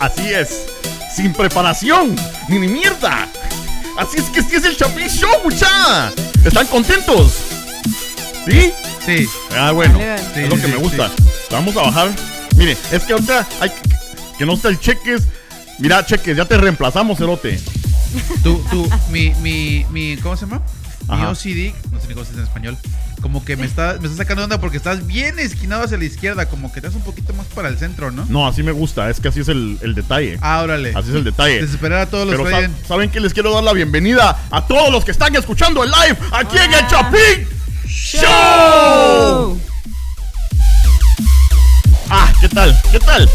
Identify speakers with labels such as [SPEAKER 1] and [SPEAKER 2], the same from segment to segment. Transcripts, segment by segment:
[SPEAKER 1] Así es. Sin preparación, ni ni mierda. Así es que este es el Chapín Show, mucha. ¿Están contentos? ¿Sí?
[SPEAKER 2] Sí.
[SPEAKER 1] Ah, bueno.
[SPEAKER 3] Dale,
[SPEAKER 2] dale.
[SPEAKER 1] es lo
[SPEAKER 2] Sí,
[SPEAKER 1] que
[SPEAKER 2] sí,
[SPEAKER 1] me
[SPEAKER 2] sí,
[SPEAKER 1] gusta. Vamos a bajar. Mire, es que ahorita hay que- que no está el cheques. Mira, cheques, ya te reemplazamos, Cerote.
[SPEAKER 2] Tú, tú, mi, mi, mi, ¿cómo se llama? Mi
[SPEAKER 1] Ajá.
[SPEAKER 2] OCD, no sé ni cómo se dice en español. Como que me está, me está sacando de onda porque estás bien esquinado hacia la izquierda, como que te das un poquito más para el centro, ¿no?
[SPEAKER 1] No, así me gusta. Es que así es el, el detalle.
[SPEAKER 2] Ah, órale.
[SPEAKER 1] Así es el detalle.
[SPEAKER 2] Desesperar a todos los
[SPEAKER 1] Pero
[SPEAKER 2] que
[SPEAKER 1] sa-
[SPEAKER 2] vayan.
[SPEAKER 1] saben que les quiero dar la bienvenida a todos los que están escuchando el live aquí en el
[SPEAKER 3] Hola.
[SPEAKER 1] Chapín Show. Ah, ¿qué tal? ¿Qué tal?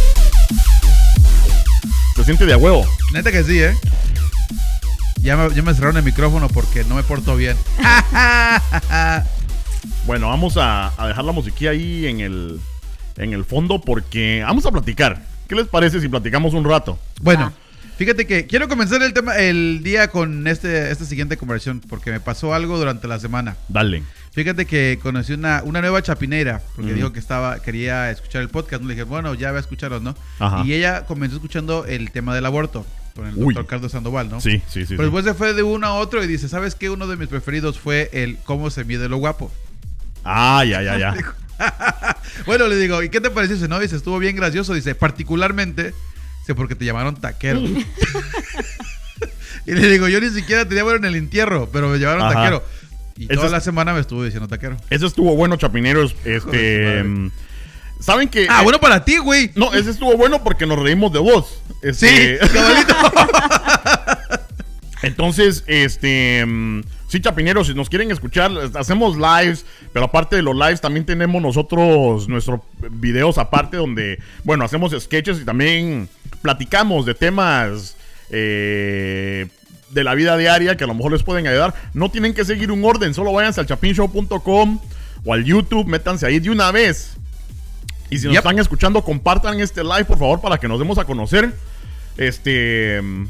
[SPEAKER 1] Se siente de a huevo.
[SPEAKER 2] Neta que sí, ¿eh? Ya me, ya me cerraron el micrófono porque no me porto bien.
[SPEAKER 1] Bueno, vamos a, a dejar la musiquilla ahí en el, en el fondo porque vamos a platicar. ¿Qué les parece si platicamos un rato?
[SPEAKER 2] Bueno,
[SPEAKER 3] Ah.
[SPEAKER 2] fíjate que quiero comenzar el tema el día con este esta siguiente conversación porque me pasó algo durante la semana.
[SPEAKER 1] Dale.
[SPEAKER 2] Fíjate que conocí una, una nueva chapinera porque
[SPEAKER 1] Ujú.
[SPEAKER 2] dijo que estaba quería escuchar el podcast, no le dije, bueno, ya voy a escucharlos, ¿no?
[SPEAKER 1] Ajá.
[SPEAKER 2] Y ella comenzó escuchando el tema del aborto con el
[SPEAKER 1] Uy.
[SPEAKER 2] doctor Carlos Sandoval, ¿no?
[SPEAKER 1] Sí, sí, sí.
[SPEAKER 2] Pero
[SPEAKER 1] sí.
[SPEAKER 2] después se fue de uno a otro y dice, ¿sabes qué? Uno de mis preferidos fue el cómo se mide lo guapo.
[SPEAKER 1] Ah, ya, ya, ya.
[SPEAKER 2] Bueno, le digo, ¿y qué te pareció? Dice, no, dice, estuvo bien gracioso. Dice, particularmente, dice, porque te llamaron taquero. y le digo, yo ni siquiera tenía bueno en el entierro, pero me llamaron
[SPEAKER 1] Ajá.
[SPEAKER 2] taquero. Y
[SPEAKER 1] Eso
[SPEAKER 2] toda
[SPEAKER 1] es-
[SPEAKER 2] la semana me estuvo diciendo taquero.
[SPEAKER 1] Eso estuvo bueno, chapineros. Este.
[SPEAKER 2] de su
[SPEAKER 1] mm, ¿Saben que.?
[SPEAKER 2] Ah, bueno para ti, güey.
[SPEAKER 1] No, ese estuvo bueno porque nos reímos de vos.
[SPEAKER 2] Sí,
[SPEAKER 1] Este,
[SPEAKER 2] cabalito.
[SPEAKER 1] Entonces, este. mm, Sí, chapineros, si nos quieren escuchar, hacemos lives, pero aparte de los lives, también tenemos nosotros nuestros videos aparte donde, bueno, hacemos sketches y también platicamos de temas eh, de la vida diaria que a lo mejor les pueden ayudar. No tienen que seguir un orden, solo váyanse al chapinshow.com o al YouTube, métanse ahí de una vez. Y si nos
[SPEAKER 2] Yep.
[SPEAKER 1] están escuchando, compartan este live, por favor, para que nos demos a conocer. Este. mm,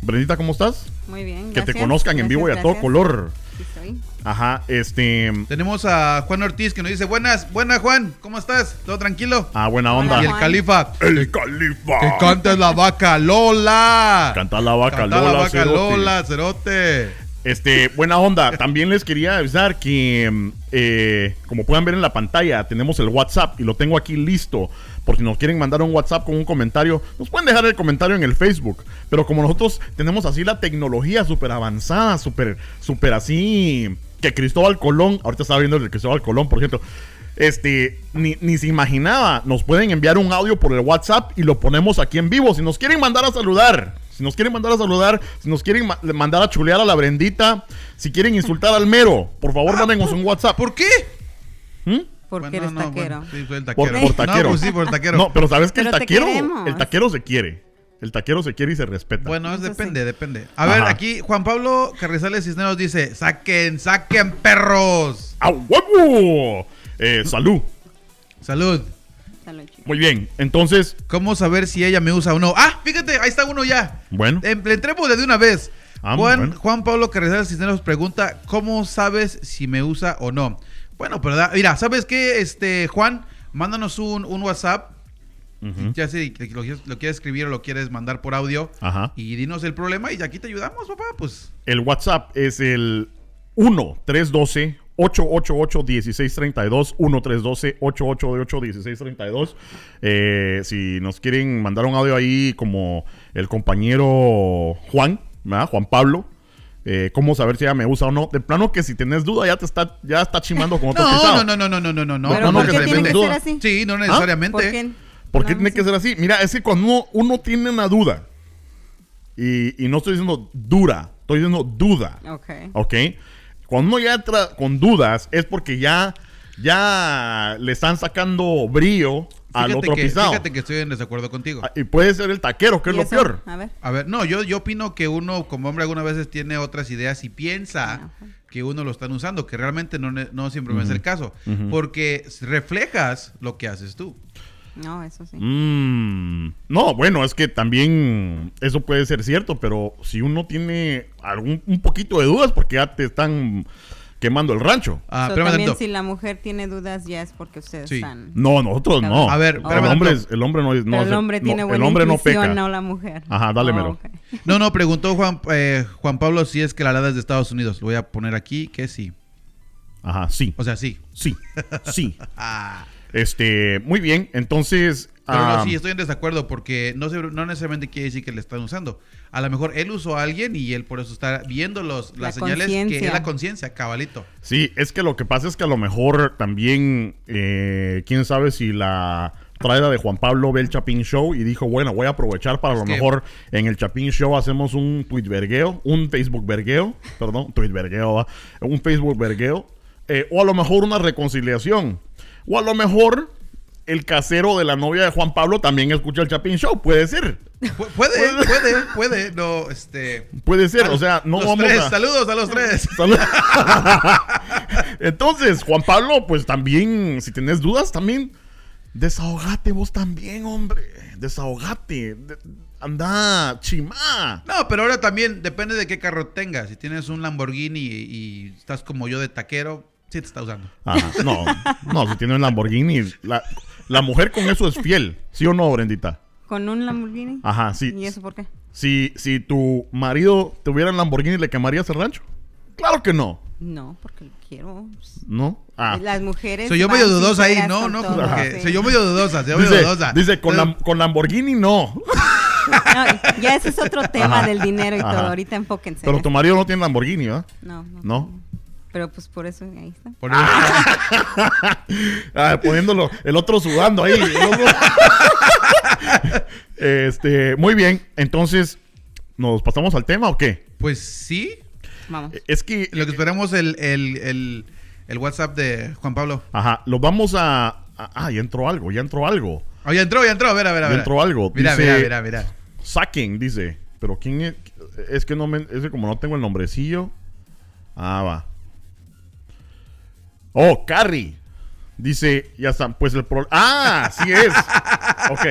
[SPEAKER 1] Brendita, ¿cómo estás?
[SPEAKER 3] Muy bien.
[SPEAKER 1] que te conozcan en vivo y a todo color.
[SPEAKER 3] estoy.
[SPEAKER 1] Ajá, este.
[SPEAKER 2] Tenemos a Juan Ortiz que nos dice, buenas, buena Juan, ¿cómo estás? ¿Todo tranquilo?
[SPEAKER 1] Ah, buena onda.
[SPEAKER 2] y el
[SPEAKER 3] Juan.
[SPEAKER 2] califa,
[SPEAKER 1] El califa.
[SPEAKER 2] que cantes la vaca Lola.
[SPEAKER 1] Canta la vaca,
[SPEAKER 2] Canta
[SPEAKER 1] Lola,
[SPEAKER 2] la vaca
[SPEAKER 1] cerote.
[SPEAKER 2] Lola, cerote.
[SPEAKER 1] Este, buena onda. También les quería avisar que, mm, eh, como pueden ver en la pantalla, tenemos el WhatsApp y lo tengo aquí listo. Por si nos quieren mandar un WhatsApp con un comentario, nos pueden dejar el comentario en el Facebook. Pero como nosotros tenemos así la tecnología súper avanzada, súper, súper así, que Cristóbal Colón, ahorita estaba viendo el de Cristóbal Colón, por cierto. Este, ni, ni se imaginaba, nos pueden enviar un audio por el WhatsApp y lo ponemos aquí en vivo. Si nos quieren mandar a saludar, si nos quieren mandar a saludar, si nos quieren ma- mandar a chulear a la Brendita, si quieren insultar al mero, por favor, mándenos un WhatsApp.
[SPEAKER 2] ¿Por qué?
[SPEAKER 1] ¿Mm?
[SPEAKER 3] Porque
[SPEAKER 2] Bueno,
[SPEAKER 3] eres
[SPEAKER 2] no,
[SPEAKER 3] taquero.
[SPEAKER 2] bueno, sí, soy el
[SPEAKER 1] Por,
[SPEAKER 2] taquero.
[SPEAKER 1] por taquero.
[SPEAKER 2] No, pues sí, por taquero.
[SPEAKER 1] No, pero sabes que el
[SPEAKER 3] Pero te
[SPEAKER 1] taquero,
[SPEAKER 3] queremos.
[SPEAKER 1] el taquero se quiere. El taquero se quiere y se respeta.
[SPEAKER 2] Bueno, es
[SPEAKER 3] Eso sí.
[SPEAKER 2] depende, depende. A
[SPEAKER 1] Ajá.
[SPEAKER 2] ver, aquí Juan Pablo Carrizales Cisneros dice, saquen, saquen perros.
[SPEAKER 1] ¡A huevo! Eh, salud.
[SPEAKER 2] Salud.
[SPEAKER 3] Salud, chicos.
[SPEAKER 1] Muy bien. Entonces,
[SPEAKER 2] ¿Cómo saber si ella me usa o no? Ah, fíjate, ahí está uno ya.
[SPEAKER 1] bueno.
[SPEAKER 2] Em, Le entremos de una vez.
[SPEAKER 1] Ah,
[SPEAKER 2] Juan,
[SPEAKER 1] bueno.
[SPEAKER 2] Juan Pablo Carrizales Cisneros pregunta, ¿cómo sabes si me usa o no? Bueno, pero da- mira, ¿sabes qué, este, Juan? Mándanos un, un WhatsApp.
[SPEAKER 1] Ujú.
[SPEAKER 2] Ya si lo, quieres- lo quieres escribir o lo quieres mandar por audio.
[SPEAKER 1] Ajá.
[SPEAKER 2] Y dinos el problema y aquí te ayudamos, papá. Pues
[SPEAKER 1] El WhatsApp es el 1-312. 888-1632, 1-312-888-1632. Eh, si nos quieren mandar un audio ahí como el compañero Juan, ¿verdad? Juan Pablo, eh, cómo saber si ella me usa o no. De plano que si tenés duda ya te está, ya está chimando con otro pisado.
[SPEAKER 2] No, no, no, no, no, no, no, no.
[SPEAKER 1] Pero
[SPEAKER 2] no,
[SPEAKER 1] ¿por qué tiene
[SPEAKER 2] necesariamente.
[SPEAKER 1] que ser
[SPEAKER 3] así?
[SPEAKER 2] Sí,
[SPEAKER 1] ¿Ah?
[SPEAKER 2] no
[SPEAKER 3] ¿Por
[SPEAKER 2] necesariamente.
[SPEAKER 3] qué?
[SPEAKER 1] ¿Por qué
[SPEAKER 3] No,
[SPEAKER 1] tiene
[SPEAKER 3] sí.
[SPEAKER 1] que ser así? Mira, es que cuando uno, uno tiene una duda, y, y no estoy diciendo dura, estoy diciendo duda.
[SPEAKER 3] Ok.
[SPEAKER 1] ¿Ok? Cuando uno ya entra con dudas es porque ya, ya le están sacando brío al
[SPEAKER 2] Fíjate
[SPEAKER 1] otro
[SPEAKER 2] que,
[SPEAKER 1] pisado.
[SPEAKER 2] Fíjate que estoy en desacuerdo contigo.
[SPEAKER 1] Ah, Y puede ser el taquero, que es
[SPEAKER 3] ¿Y
[SPEAKER 1] lo
[SPEAKER 3] eso?
[SPEAKER 1] peor.
[SPEAKER 3] A ver.
[SPEAKER 2] A ver, no, yo, yo opino que uno como hombre algunas veces tiene otras ideas y piensa
[SPEAKER 3] Ajá.
[SPEAKER 2] que uno lo están usando, que realmente no, ne- no siempre es
[SPEAKER 1] Ujú.
[SPEAKER 2] el caso,
[SPEAKER 1] Ujú.
[SPEAKER 2] porque reflejas lo que haces tú.
[SPEAKER 3] No, eso sí.
[SPEAKER 1] Mm, no, bueno, es que también eso puede ser cierto, pero si uno tiene algún un poquito de dudas porque ya te están quemando el rancho.
[SPEAKER 2] Ah,
[SPEAKER 3] So,
[SPEAKER 2] espérame
[SPEAKER 3] también
[SPEAKER 2] tanto.
[SPEAKER 3] si la mujer tiene dudas ya es porque ustedes
[SPEAKER 2] Sí.
[SPEAKER 3] están.
[SPEAKER 1] No, nosotros no.
[SPEAKER 2] A ver,
[SPEAKER 1] el
[SPEAKER 2] espérame
[SPEAKER 1] hombre,
[SPEAKER 2] tanto.
[SPEAKER 1] es- el hombre no es. No,
[SPEAKER 3] Pero el
[SPEAKER 1] hace-
[SPEAKER 3] hombre
[SPEAKER 1] no,
[SPEAKER 3] tiene buena
[SPEAKER 1] El hombre no
[SPEAKER 3] intuición,
[SPEAKER 1] peca.
[SPEAKER 3] no la mujer.
[SPEAKER 1] Ajá, dale, mero.
[SPEAKER 3] ok.
[SPEAKER 2] No, no, preguntó Juan, eh, Juan Pablo si es que la helada es de Estados Unidos. Lo voy a poner aquí que sí.
[SPEAKER 1] Ajá, sí.
[SPEAKER 2] O sea, sí.
[SPEAKER 1] Sí. Sí.
[SPEAKER 2] Ah.
[SPEAKER 1] Este, muy bien. Entonces.
[SPEAKER 2] Pero
[SPEAKER 1] ah,
[SPEAKER 2] no, sí, estoy en desacuerdo porque no, se- no necesariamente quiere decir que le están usando. A lo mejor él usó a alguien y él por eso está viendo los, las
[SPEAKER 3] La
[SPEAKER 2] señales que
[SPEAKER 3] conciencia.
[SPEAKER 2] es la conciencia, cabalito.
[SPEAKER 1] Sí, es que lo que pasa es que a lo mejor también, eh, quién sabe si la traída de Juan Pablo ve el Chapín Show y dijo, bueno, voy a aprovechar para a lo
[SPEAKER 2] que-
[SPEAKER 1] mejor en el Chapín Show hacemos un tweet vergueo, un Facebook vergueo, perdón, tweet vergueo, va, un Facebook vergueo, eh, o a lo mejor una reconciliación, o a lo mejor el casero de la novia de Juan Pablo también escucha el Chapín Show, puede ser,
[SPEAKER 2] Pu- puede, puede, puede. No, este.
[SPEAKER 1] puede ser,
[SPEAKER 2] Ah,
[SPEAKER 1] o sea, no
[SPEAKER 2] los
[SPEAKER 1] vamos
[SPEAKER 2] tres,
[SPEAKER 1] a...
[SPEAKER 2] Saludos a los tres.
[SPEAKER 1] Salud. Entonces, Juan Pablo, pues también, si tenés dudas, también desahogate vos también, hombre. Desahogate. De- anda, chimá.
[SPEAKER 2] No, pero ahora también depende de qué carro tengas. Si tienes un Lamborghini y, y estás como yo de taquero, sí te está usando.
[SPEAKER 1] Ah, no, no, si tiene un Lamborghini, la, la mujer con eso es fiel. ¿Sí o no, Brendita?
[SPEAKER 3] ¿Con un Lamborghini?
[SPEAKER 1] Ajá, sí.
[SPEAKER 3] ¿Y eso por qué?
[SPEAKER 1] Si, si tu marido tuviera un Lamborghini, ¿le quemarías el rancho? Claro que no.
[SPEAKER 3] No, porque lo quiero.
[SPEAKER 1] ¿No? Ah.
[SPEAKER 3] Las mujeres.
[SPEAKER 2] Soy yo
[SPEAKER 3] van
[SPEAKER 2] medio dudosa ahí,
[SPEAKER 3] sinceras
[SPEAKER 2] ¿no?
[SPEAKER 3] con
[SPEAKER 2] no
[SPEAKER 3] todo,
[SPEAKER 2] como que-
[SPEAKER 3] sí.
[SPEAKER 2] Soy yo medio dudosa, soy yo medio
[SPEAKER 1] Dice,
[SPEAKER 2] dudosa.
[SPEAKER 1] dice, con,
[SPEAKER 2] Entonces,
[SPEAKER 1] lam- con Lamborghini no.
[SPEAKER 3] No, ya ese es otro tema
[SPEAKER 1] Ajá.
[SPEAKER 3] del dinero y
[SPEAKER 1] Ajá.
[SPEAKER 3] todo. Ahorita enfóquense.
[SPEAKER 1] Pero
[SPEAKER 3] ¿eh?
[SPEAKER 1] tu marido no tiene Lamborghini, ¿verdad?
[SPEAKER 3] No, no.
[SPEAKER 1] ¿No?
[SPEAKER 3] Pero pues por eso ahí está.
[SPEAKER 2] por eso-
[SPEAKER 1] Ah, poniéndolo, el otro sudando ahí. el otro. este, muy bien. Entonces, ¿nos pasamos al tema o qué?
[SPEAKER 2] Pues sí.
[SPEAKER 3] Vamos.
[SPEAKER 2] Eh,
[SPEAKER 1] Es que,
[SPEAKER 2] Lo que esperamos el, el, el, el WhatsApp de Juan Pablo.
[SPEAKER 1] ajá, lo vamos a, a- Ah, ya entró algo, ya entró algo.
[SPEAKER 2] Oh, ya entró, ya entró. A ver, a ver, a
[SPEAKER 1] Ya
[SPEAKER 2] ver.
[SPEAKER 1] entró algo,
[SPEAKER 2] Mira,
[SPEAKER 1] dice-
[SPEAKER 2] mira, mira, mira.
[SPEAKER 1] Saquen, dice. Pero quién es. Es que no me. Es que como no tengo el nombrecillo. Ah, va. Oh, Carrie. Dice, ya está. Pues el pro- Ah, sí es. Ok.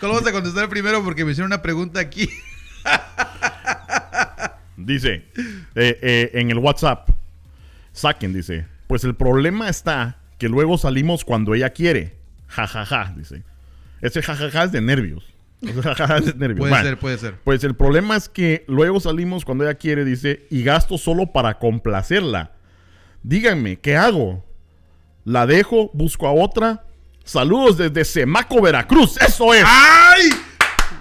[SPEAKER 2] ¿Cuál vamos a contestar primero? Porque me hicieron una pregunta aquí.
[SPEAKER 1] Dice, eh, eh, en el WhatsApp, saquen, dice, pues el problema está que luego salimos cuando ella quiere. Ja, ja, ja, dice. Ese jajaja es de nervios. Ese jajaja es de nervios.
[SPEAKER 2] Puede
[SPEAKER 1] Bueno,
[SPEAKER 2] ser, puede ser.
[SPEAKER 1] Pues el problema es que luego salimos cuando ella quiere, dice, y gasto solo para complacerla. Díganme, ¿qué hago? ¿La dejo? ¿Busco a otra? Saludos desde Semaco, Veracruz. Eso
[SPEAKER 2] Ah,
[SPEAKER 1] es.
[SPEAKER 2] ¡Ay!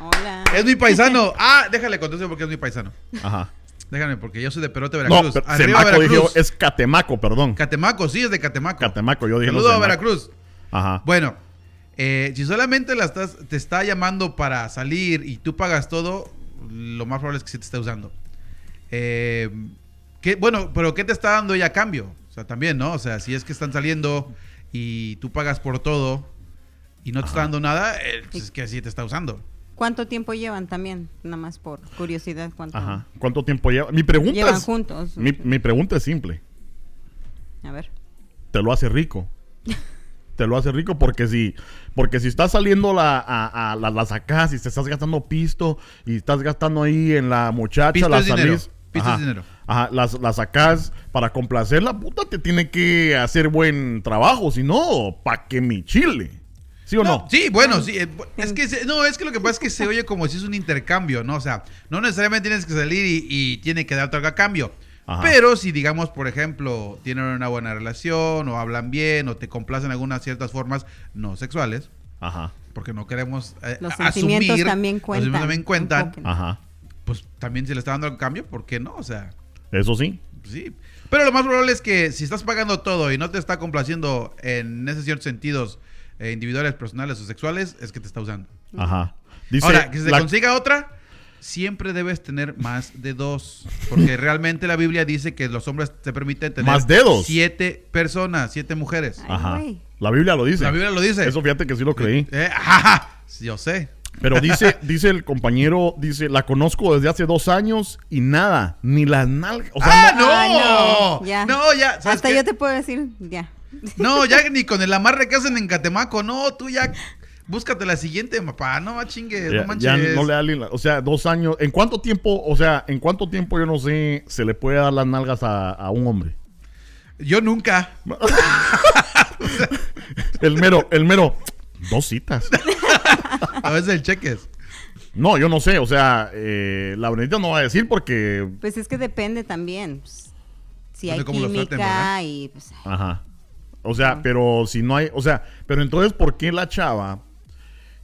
[SPEAKER 3] Hola.
[SPEAKER 2] Es mi paisano. Ah, déjale contestar porque es mi paisano.
[SPEAKER 1] Ajá.
[SPEAKER 2] Déjame, porque yo soy de Perote,
[SPEAKER 1] No,
[SPEAKER 2] Veracruz.
[SPEAKER 1] pero
[SPEAKER 2] Arriba,
[SPEAKER 1] Semaco dije yo,
[SPEAKER 2] Veracruz.
[SPEAKER 1] es Catemaco, perdón.
[SPEAKER 2] Catemaco, sí, es de Catemaco.
[SPEAKER 1] Catemaco, yo dije. no,
[SPEAKER 2] Saludos a
[SPEAKER 1] Semaco.
[SPEAKER 2] Veracruz.
[SPEAKER 1] Ajá.
[SPEAKER 2] Bueno, eh, si solamente la estás, te está llamando para salir y tú pagas todo, lo más probable es que sí te esté usando. Eh, ¿qué- bueno, pero ¿qué te está dando ella a cambio? O sea, también, ¿no? O sea, si es que están saliendo y tú pagas por todo y no te está dando nada, eh, pues es que sí te está usando.
[SPEAKER 3] ¿Cuánto tiempo llevan también? Nada más por curiosidad. ¿Cuánto
[SPEAKER 1] Ajá. ¿Cuánto tiempo lleva? Mi pregunta
[SPEAKER 3] llevan
[SPEAKER 1] es,
[SPEAKER 3] juntos?
[SPEAKER 1] mi, mi pregunta es simple.
[SPEAKER 3] A ver.
[SPEAKER 1] Te lo hace rico. Te lo hace rico porque si, porque si estás saliendo la, a, a- la, la sacás y te estás gastando pisto y estás gastando ahí en la muchacha,
[SPEAKER 2] Pisto
[SPEAKER 1] la
[SPEAKER 2] es dinero.
[SPEAKER 1] salís.
[SPEAKER 2] Pisto
[SPEAKER 1] ajá,
[SPEAKER 2] es dinero.
[SPEAKER 1] Ajá, la, la sacás para complacerla, puta, te tiene que hacer buen trabajo, si no, pa' que mi chile. ¿Sí o no?
[SPEAKER 2] Sí, bueno, sí. eh, bu- Es que, se- no, es que lo que pasa es que se oye como si es un intercambio, ¿no? O sea, no necesariamente tienes que salir y, y tiene que darte algo a cambio.
[SPEAKER 1] Ajá.
[SPEAKER 2] Pero si, digamos, por ejemplo, tienen una buena relación o hablan bien o te complacen algunas ciertas formas no sexuales,
[SPEAKER 1] Ajá,
[SPEAKER 2] porque no queremos eh,
[SPEAKER 3] Los
[SPEAKER 2] a-
[SPEAKER 3] sentimientos
[SPEAKER 2] asumir,
[SPEAKER 3] también
[SPEAKER 2] los
[SPEAKER 3] cuentan,
[SPEAKER 2] sentimientos también cuentan,
[SPEAKER 3] un poco.
[SPEAKER 1] ajá.
[SPEAKER 2] pues también se le está dando algo a cambio, ¿por qué no? O sea,
[SPEAKER 1] Eso sí.
[SPEAKER 2] sí. Pero lo más probable es que si estás pagando todo y no te está complaciendo en esos ciertos sentidos eh, individuales, personales o sexuales, es que te está usando.
[SPEAKER 1] Ajá. Dice,
[SPEAKER 2] Ahora, que se te
[SPEAKER 1] la-
[SPEAKER 2] consiga otra, siempre debes tener más de dos. Porque realmente la Biblia dice que los hombres te permiten tener
[SPEAKER 1] ¿Más dedos?
[SPEAKER 2] siete personas, siete mujeres.
[SPEAKER 3] Ay,
[SPEAKER 1] Ajá.
[SPEAKER 3] güey.
[SPEAKER 1] La Biblia lo dice.
[SPEAKER 2] La Biblia lo dice.
[SPEAKER 1] Eso fíjate que sí lo creí.
[SPEAKER 2] Eh, ajá, sí, yo sé.
[SPEAKER 1] Pero dice, dice el compañero, dice, la conozco desde hace dos años y nada, ni las nalgas. O sea,
[SPEAKER 2] ¡Ah, no!
[SPEAKER 3] Ay, no,
[SPEAKER 2] ya.
[SPEAKER 3] ya.
[SPEAKER 2] No, ya. ¿sabes
[SPEAKER 3] Hasta
[SPEAKER 2] qué?
[SPEAKER 3] yo te puedo decir, ya.
[SPEAKER 2] No, ya ni con el amarre que hacen en Catemaco. No, tú ya. Búscate la siguiente, papá. No chingues, no
[SPEAKER 1] ya-
[SPEAKER 2] manches.
[SPEAKER 1] ya, no le da ni la- O sea, dos años. ¿En cuánto tiempo, o sea, en cuánto tiempo yo no sé, se le puede dar las nalgas a, a un hombre?
[SPEAKER 2] Yo nunca.
[SPEAKER 1] El mero, el mero. Dos citas.
[SPEAKER 2] A veces el cheques.
[SPEAKER 1] No, yo no sé. O sea, eh, la Brunita no va a decir porque.
[SPEAKER 3] Pues es que depende también. pues, si hay
[SPEAKER 2] Depende cómo lo
[SPEAKER 3] química
[SPEAKER 2] traten, ¿verdad?
[SPEAKER 3] y pues,
[SPEAKER 1] Ajá. O sea, pero si no hay. O sea, pero entonces, ¿por qué la chava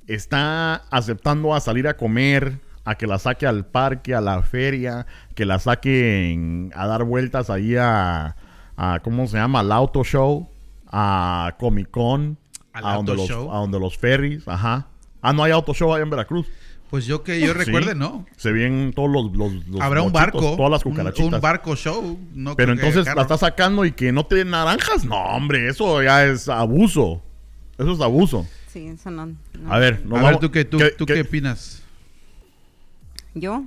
[SPEAKER 1] está aceptando a salir a comer, a que la saque al parque, a la feria, que la saquen a dar vueltas ahí a. a ¿Cómo se llama? Al auto show, a Comic Con,
[SPEAKER 2] Al
[SPEAKER 1] a,
[SPEAKER 2] auto
[SPEAKER 1] donde los,
[SPEAKER 2] show.
[SPEAKER 1] a donde los ferries, ajá. Ah, no hay auto show allá en Veracruz.
[SPEAKER 2] Pues yo que yo recuerde,
[SPEAKER 1] Sí.
[SPEAKER 2] ¿no?
[SPEAKER 1] Se ven todos los. los- los
[SPEAKER 2] Habrá un
[SPEAKER 1] mochitos,
[SPEAKER 2] barco.
[SPEAKER 1] Todas las
[SPEAKER 2] un-
[SPEAKER 1] cucarachitas.
[SPEAKER 2] Un, barco show. No
[SPEAKER 1] Pero
[SPEAKER 2] creo que
[SPEAKER 1] entonces la
[SPEAKER 2] carro.
[SPEAKER 1] está sacando y que no te den naranjas. No, hombre, eso ya es abuso. Eso es abuso.
[SPEAKER 3] sí, eso no. no.
[SPEAKER 1] A ver, nos
[SPEAKER 2] A ver,
[SPEAKER 1] vamos-
[SPEAKER 2] ¿tú qué, tú, tú qué opinas?
[SPEAKER 3] Yo,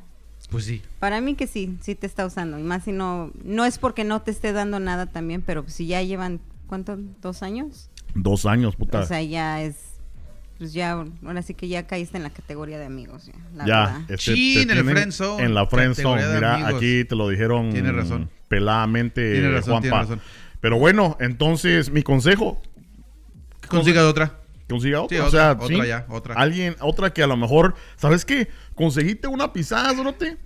[SPEAKER 2] Pues sí.
[SPEAKER 3] para mí que sí, sí te está usando. Y más si no, no es porque no te esté dando nada también, pero pues si ya llevan, ¿cuánto? ¿Dos años?
[SPEAKER 1] Dos años, puta.
[SPEAKER 3] O sea, ya es, pues ya, ahora sí que ya caíste en la categoría de amigos, ya, la
[SPEAKER 1] ya.
[SPEAKER 3] verdad.
[SPEAKER 1] este,
[SPEAKER 2] Chin, en el
[SPEAKER 1] tienen
[SPEAKER 2] friendzone,
[SPEAKER 1] En la friendzone.
[SPEAKER 2] categoría de
[SPEAKER 1] Mira,
[SPEAKER 2] amigos.
[SPEAKER 1] aquí te lo dijeron
[SPEAKER 2] Tiene razón.
[SPEAKER 1] peladamente
[SPEAKER 2] Tiene razón,
[SPEAKER 1] Juanpa.
[SPEAKER 2] tiene razón.
[SPEAKER 1] Pero bueno, entonces mi consejo,
[SPEAKER 2] Consiga otra.
[SPEAKER 1] Consiga otra.
[SPEAKER 2] Sí,
[SPEAKER 1] o sea,
[SPEAKER 2] otra,
[SPEAKER 1] sí.
[SPEAKER 2] otra ya, otra.
[SPEAKER 1] Alguien, otra que a lo mejor, ¿sabes qué? Conseguiste una pisada, Zorote.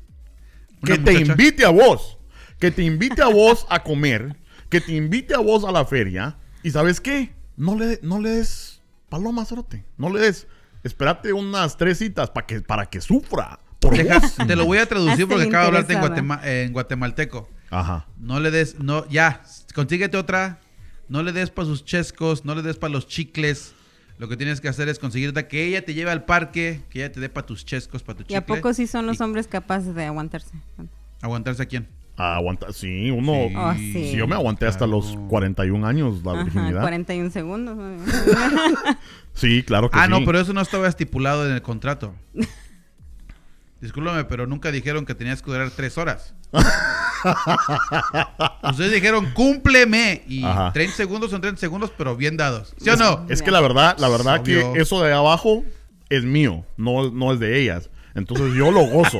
[SPEAKER 1] Que
[SPEAKER 2] Una
[SPEAKER 1] te
[SPEAKER 2] muchacha.
[SPEAKER 1] invite a vos. Que te invite a vos a comer. Que te invite a vos a la feria. Y ¿sabes qué? No le, no le des paloma, Zorote. No le des. Espérate unas tres citas para que, para que sufra. Por
[SPEAKER 2] Deja-
[SPEAKER 1] vos.
[SPEAKER 2] te lo voy a traducir
[SPEAKER 3] Hasta
[SPEAKER 2] porque
[SPEAKER 3] le
[SPEAKER 2] acabo de hablarte en,
[SPEAKER 3] interesaba.
[SPEAKER 2] guatema- en guatemalteco.
[SPEAKER 1] Ajá.
[SPEAKER 2] No le des, no, ya, consíguete otra. No le des para sus chescos, no le des para los chicles. Lo que tienes que hacer es conseguirte que ella te lleve al parque, que ella te dé para tus chescos, para tu
[SPEAKER 3] ¿Y
[SPEAKER 2] chicle.
[SPEAKER 3] a poco sí son los
[SPEAKER 2] y
[SPEAKER 3] hombres capaces de aguantarse?
[SPEAKER 2] Aguantarse a quién.
[SPEAKER 1] Aguanta. Sí, uno.
[SPEAKER 2] Sí.
[SPEAKER 3] Oh, sí.
[SPEAKER 1] Si yo me aguanté hasta los 41 años la
[SPEAKER 3] Ajá,
[SPEAKER 1] virginidad.
[SPEAKER 3] 41 segundos. ¿no?
[SPEAKER 1] Sí, claro que
[SPEAKER 2] Ah,
[SPEAKER 1] sí.
[SPEAKER 2] no, pero eso no estaba estipulado en el contrato. Discúlpame, pero nunca dijeron que tenías que durar tres horas. Ustedes dijeron, cúmpleme. Y
[SPEAKER 1] Ajá.
[SPEAKER 2] 30 segundos son 30 segundos, pero bien dados. ¿Sí o no?
[SPEAKER 1] Es que la verdad, la verdad
[SPEAKER 2] Obvio.
[SPEAKER 1] que eso de abajo es mío, no, no es de ellas. Entonces yo lo gozo.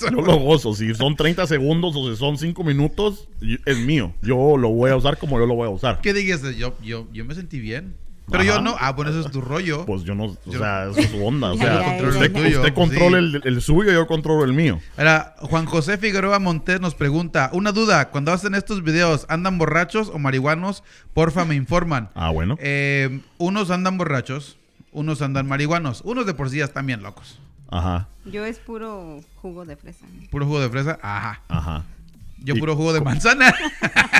[SPEAKER 1] yo lo gozo. Si son 30 segundos o si son 5 minutos, y- es mío. Yo lo voy a usar como yo lo voy a usar.
[SPEAKER 2] ¿Qué digas? Yo, yo, yo me sentí bien. Pero
[SPEAKER 1] Ajá.
[SPEAKER 2] yo no. Ah, bueno, eso es tu rollo.
[SPEAKER 1] Pues yo no, o
[SPEAKER 2] Yo-
[SPEAKER 1] sea, eso es su onda. O
[SPEAKER 3] Ya,
[SPEAKER 1] sea,
[SPEAKER 3] ya, ya,
[SPEAKER 1] usted,
[SPEAKER 3] ya.
[SPEAKER 1] usted controla el, el suyo, yo controlo el mío.
[SPEAKER 2] Ahora, Juan José Figueroa Montes nos pregunta, una duda, cuando hacen estos videos, ¿andan borrachos o marihuanos? Porfa, me informan.
[SPEAKER 1] Ah, bueno.
[SPEAKER 2] Eh, unos andan borrachos, unos andan marihuanos, unos de por sí ya están bien locos.
[SPEAKER 1] Ajá,
[SPEAKER 3] Yo es puro jugo de fresa.
[SPEAKER 2] Puro jugo de fresa, ajá.
[SPEAKER 1] ajá.
[SPEAKER 2] Yo
[SPEAKER 1] Y-
[SPEAKER 2] puro jugo de manzana.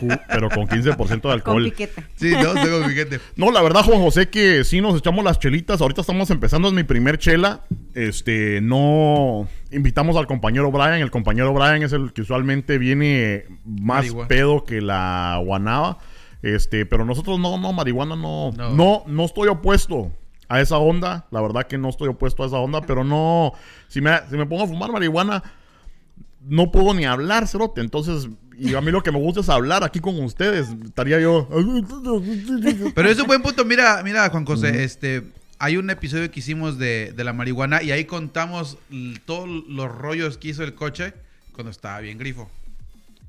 [SPEAKER 1] Ju- Pero con 15% de
[SPEAKER 3] Con
[SPEAKER 1] alcohol.
[SPEAKER 3] piquete.
[SPEAKER 2] sí, no, tengo fíjate.
[SPEAKER 1] No, la verdad, Juan José, que sí nos echamos las chelitas. Ahorita estamos empezando, es mi primer chela. Este, no invitamos al compañero Brian. El compañero Brian es el que usualmente viene más
[SPEAKER 2] Marihuana.
[SPEAKER 1] pedo que la guanaba. Este, pero nosotros no, no, marihuana no. No,
[SPEAKER 2] No.
[SPEAKER 1] no, estoy opuesto a esa onda. La verdad que no estoy opuesto a esa onda, pero no. Si me, si me pongo a fumar marihuana, no puedo ni hablar, cerote. Entonces, y a mí lo que me gusta es hablar aquí con ustedes. Estaría yo.
[SPEAKER 2] Pero es un buen punto. Mira, mira, Juan José, este, hay un episodio que hicimos de, de la marihuana y ahí contamos l- todos los rollos que hizo el coche cuando estaba bien grifo.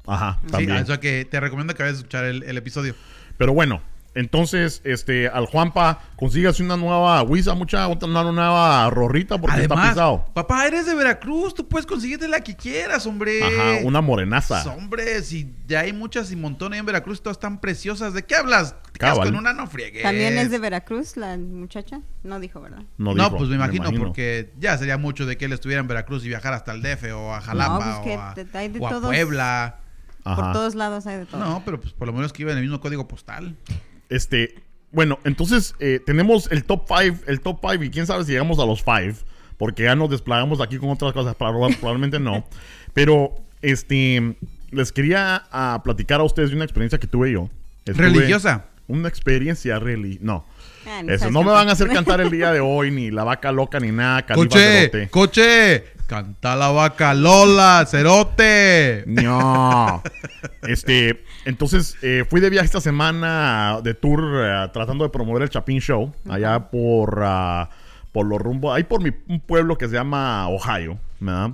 [SPEAKER 1] Ajá,
[SPEAKER 2] Sí,
[SPEAKER 1] también.
[SPEAKER 2] o sea que te recomiendo que vayas a escuchar el, el episodio.
[SPEAKER 1] Pero bueno, entonces, este, al Juanpa, consígase una nueva Huiza, mucha, otra- una nueva rorrita porque está pisado.
[SPEAKER 2] papá, eres de Veracruz, tú puedes conseguirte la que quieras, hombre.
[SPEAKER 1] Ajá, una morenaza.
[SPEAKER 2] Pues, Hombre, si ya hay muchas y montones en Veracruz, todas tan preciosas. ¿De qué hablas? Te quedas
[SPEAKER 1] Cabal.
[SPEAKER 2] Con una no friegues.
[SPEAKER 3] También es de Veracruz la muchacha. No dijo, ¿verdad?
[SPEAKER 1] No,
[SPEAKER 2] no,
[SPEAKER 1] dijo,
[SPEAKER 2] pues me imagino, porque ya sería mucho de que él estuviera en Veracruz y viajar hasta el DF o a Jalapa
[SPEAKER 3] No, pues,
[SPEAKER 2] o, a,
[SPEAKER 3] que te- hay de
[SPEAKER 2] o a
[SPEAKER 3] todos.
[SPEAKER 2] Puebla.
[SPEAKER 1] Ajá.
[SPEAKER 3] Por todos lados hay de todo.
[SPEAKER 2] No, pero pues por lo menos que iba en el mismo código postal.
[SPEAKER 1] Este, bueno, entonces eh, tenemos el top 5, el top 5 y quién sabe si llegamos a los 5, porque ya nos desplagamos aquí con otras cosas, proba- probablemente no. Pero, este, les quería ah, platicar a ustedes de una experiencia que tuve yo. Estuve-
[SPEAKER 2] Religiosa.
[SPEAKER 1] Una experiencia religiosa. No.
[SPEAKER 3] Ah, no
[SPEAKER 1] Eso,
[SPEAKER 3] sabes
[SPEAKER 1] no me
[SPEAKER 3] cantar.
[SPEAKER 1] van a hacer cantar el día de hoy, ni la vaca loca, ni nada, Califa
[SPEAKER 2] Coche,
[SPEAKER 1] Cerote.
[SPEAKER 2] coche, canta la vaca Lola, cerote.
[SPEAKER 1] No. Este, entonces eh, fui de viaje esta semana de tour eh, tratando de promover el Chapin Show allá por ah, por los rumbos, ahí por mi un pueblo que se llama Ohio, ¿verdad?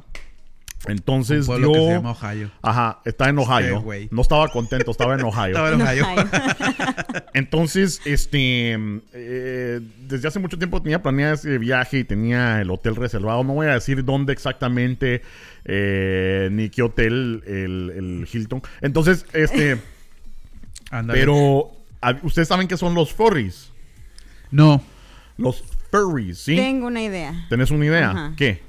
[SPEAKER 1] Entonces
[SPEAKER 2] Un pueblo
[SPEAKER 1] dio-
[SPEAKER 2] que se llama Ohio.
[SPEAKER 1] Ajá, está en Ohio.
[SPEAKER 2] Sí, güey.
[SPEAKER 1] no estaba contento, estaba en Ohio.
[SPEAKER 2] Estaba en Ohio.
[SPEAKER 1] Entonces, este, eh, desde hace mucho tiempo tenía planeado ese viaje y tenía el hotel reservado. No voy a decir dónde exactamente eh, ni qué hotel, el, el Hilton. Entonces, este,
[SPEAKER 2] Ándale.
[SPEAKER 1] pero a- ustedes saben qué son los furries.
[SPEAKER 2] No.
[SPEAKER 1] Los furries, ¿sí?
[SPEAKER 3] Tengo una idea.
[SPEAKER 1] ¿Tenés una idea?
[SPEAKER 3] Ajá.
[SPEAKER 1] ¿Qué?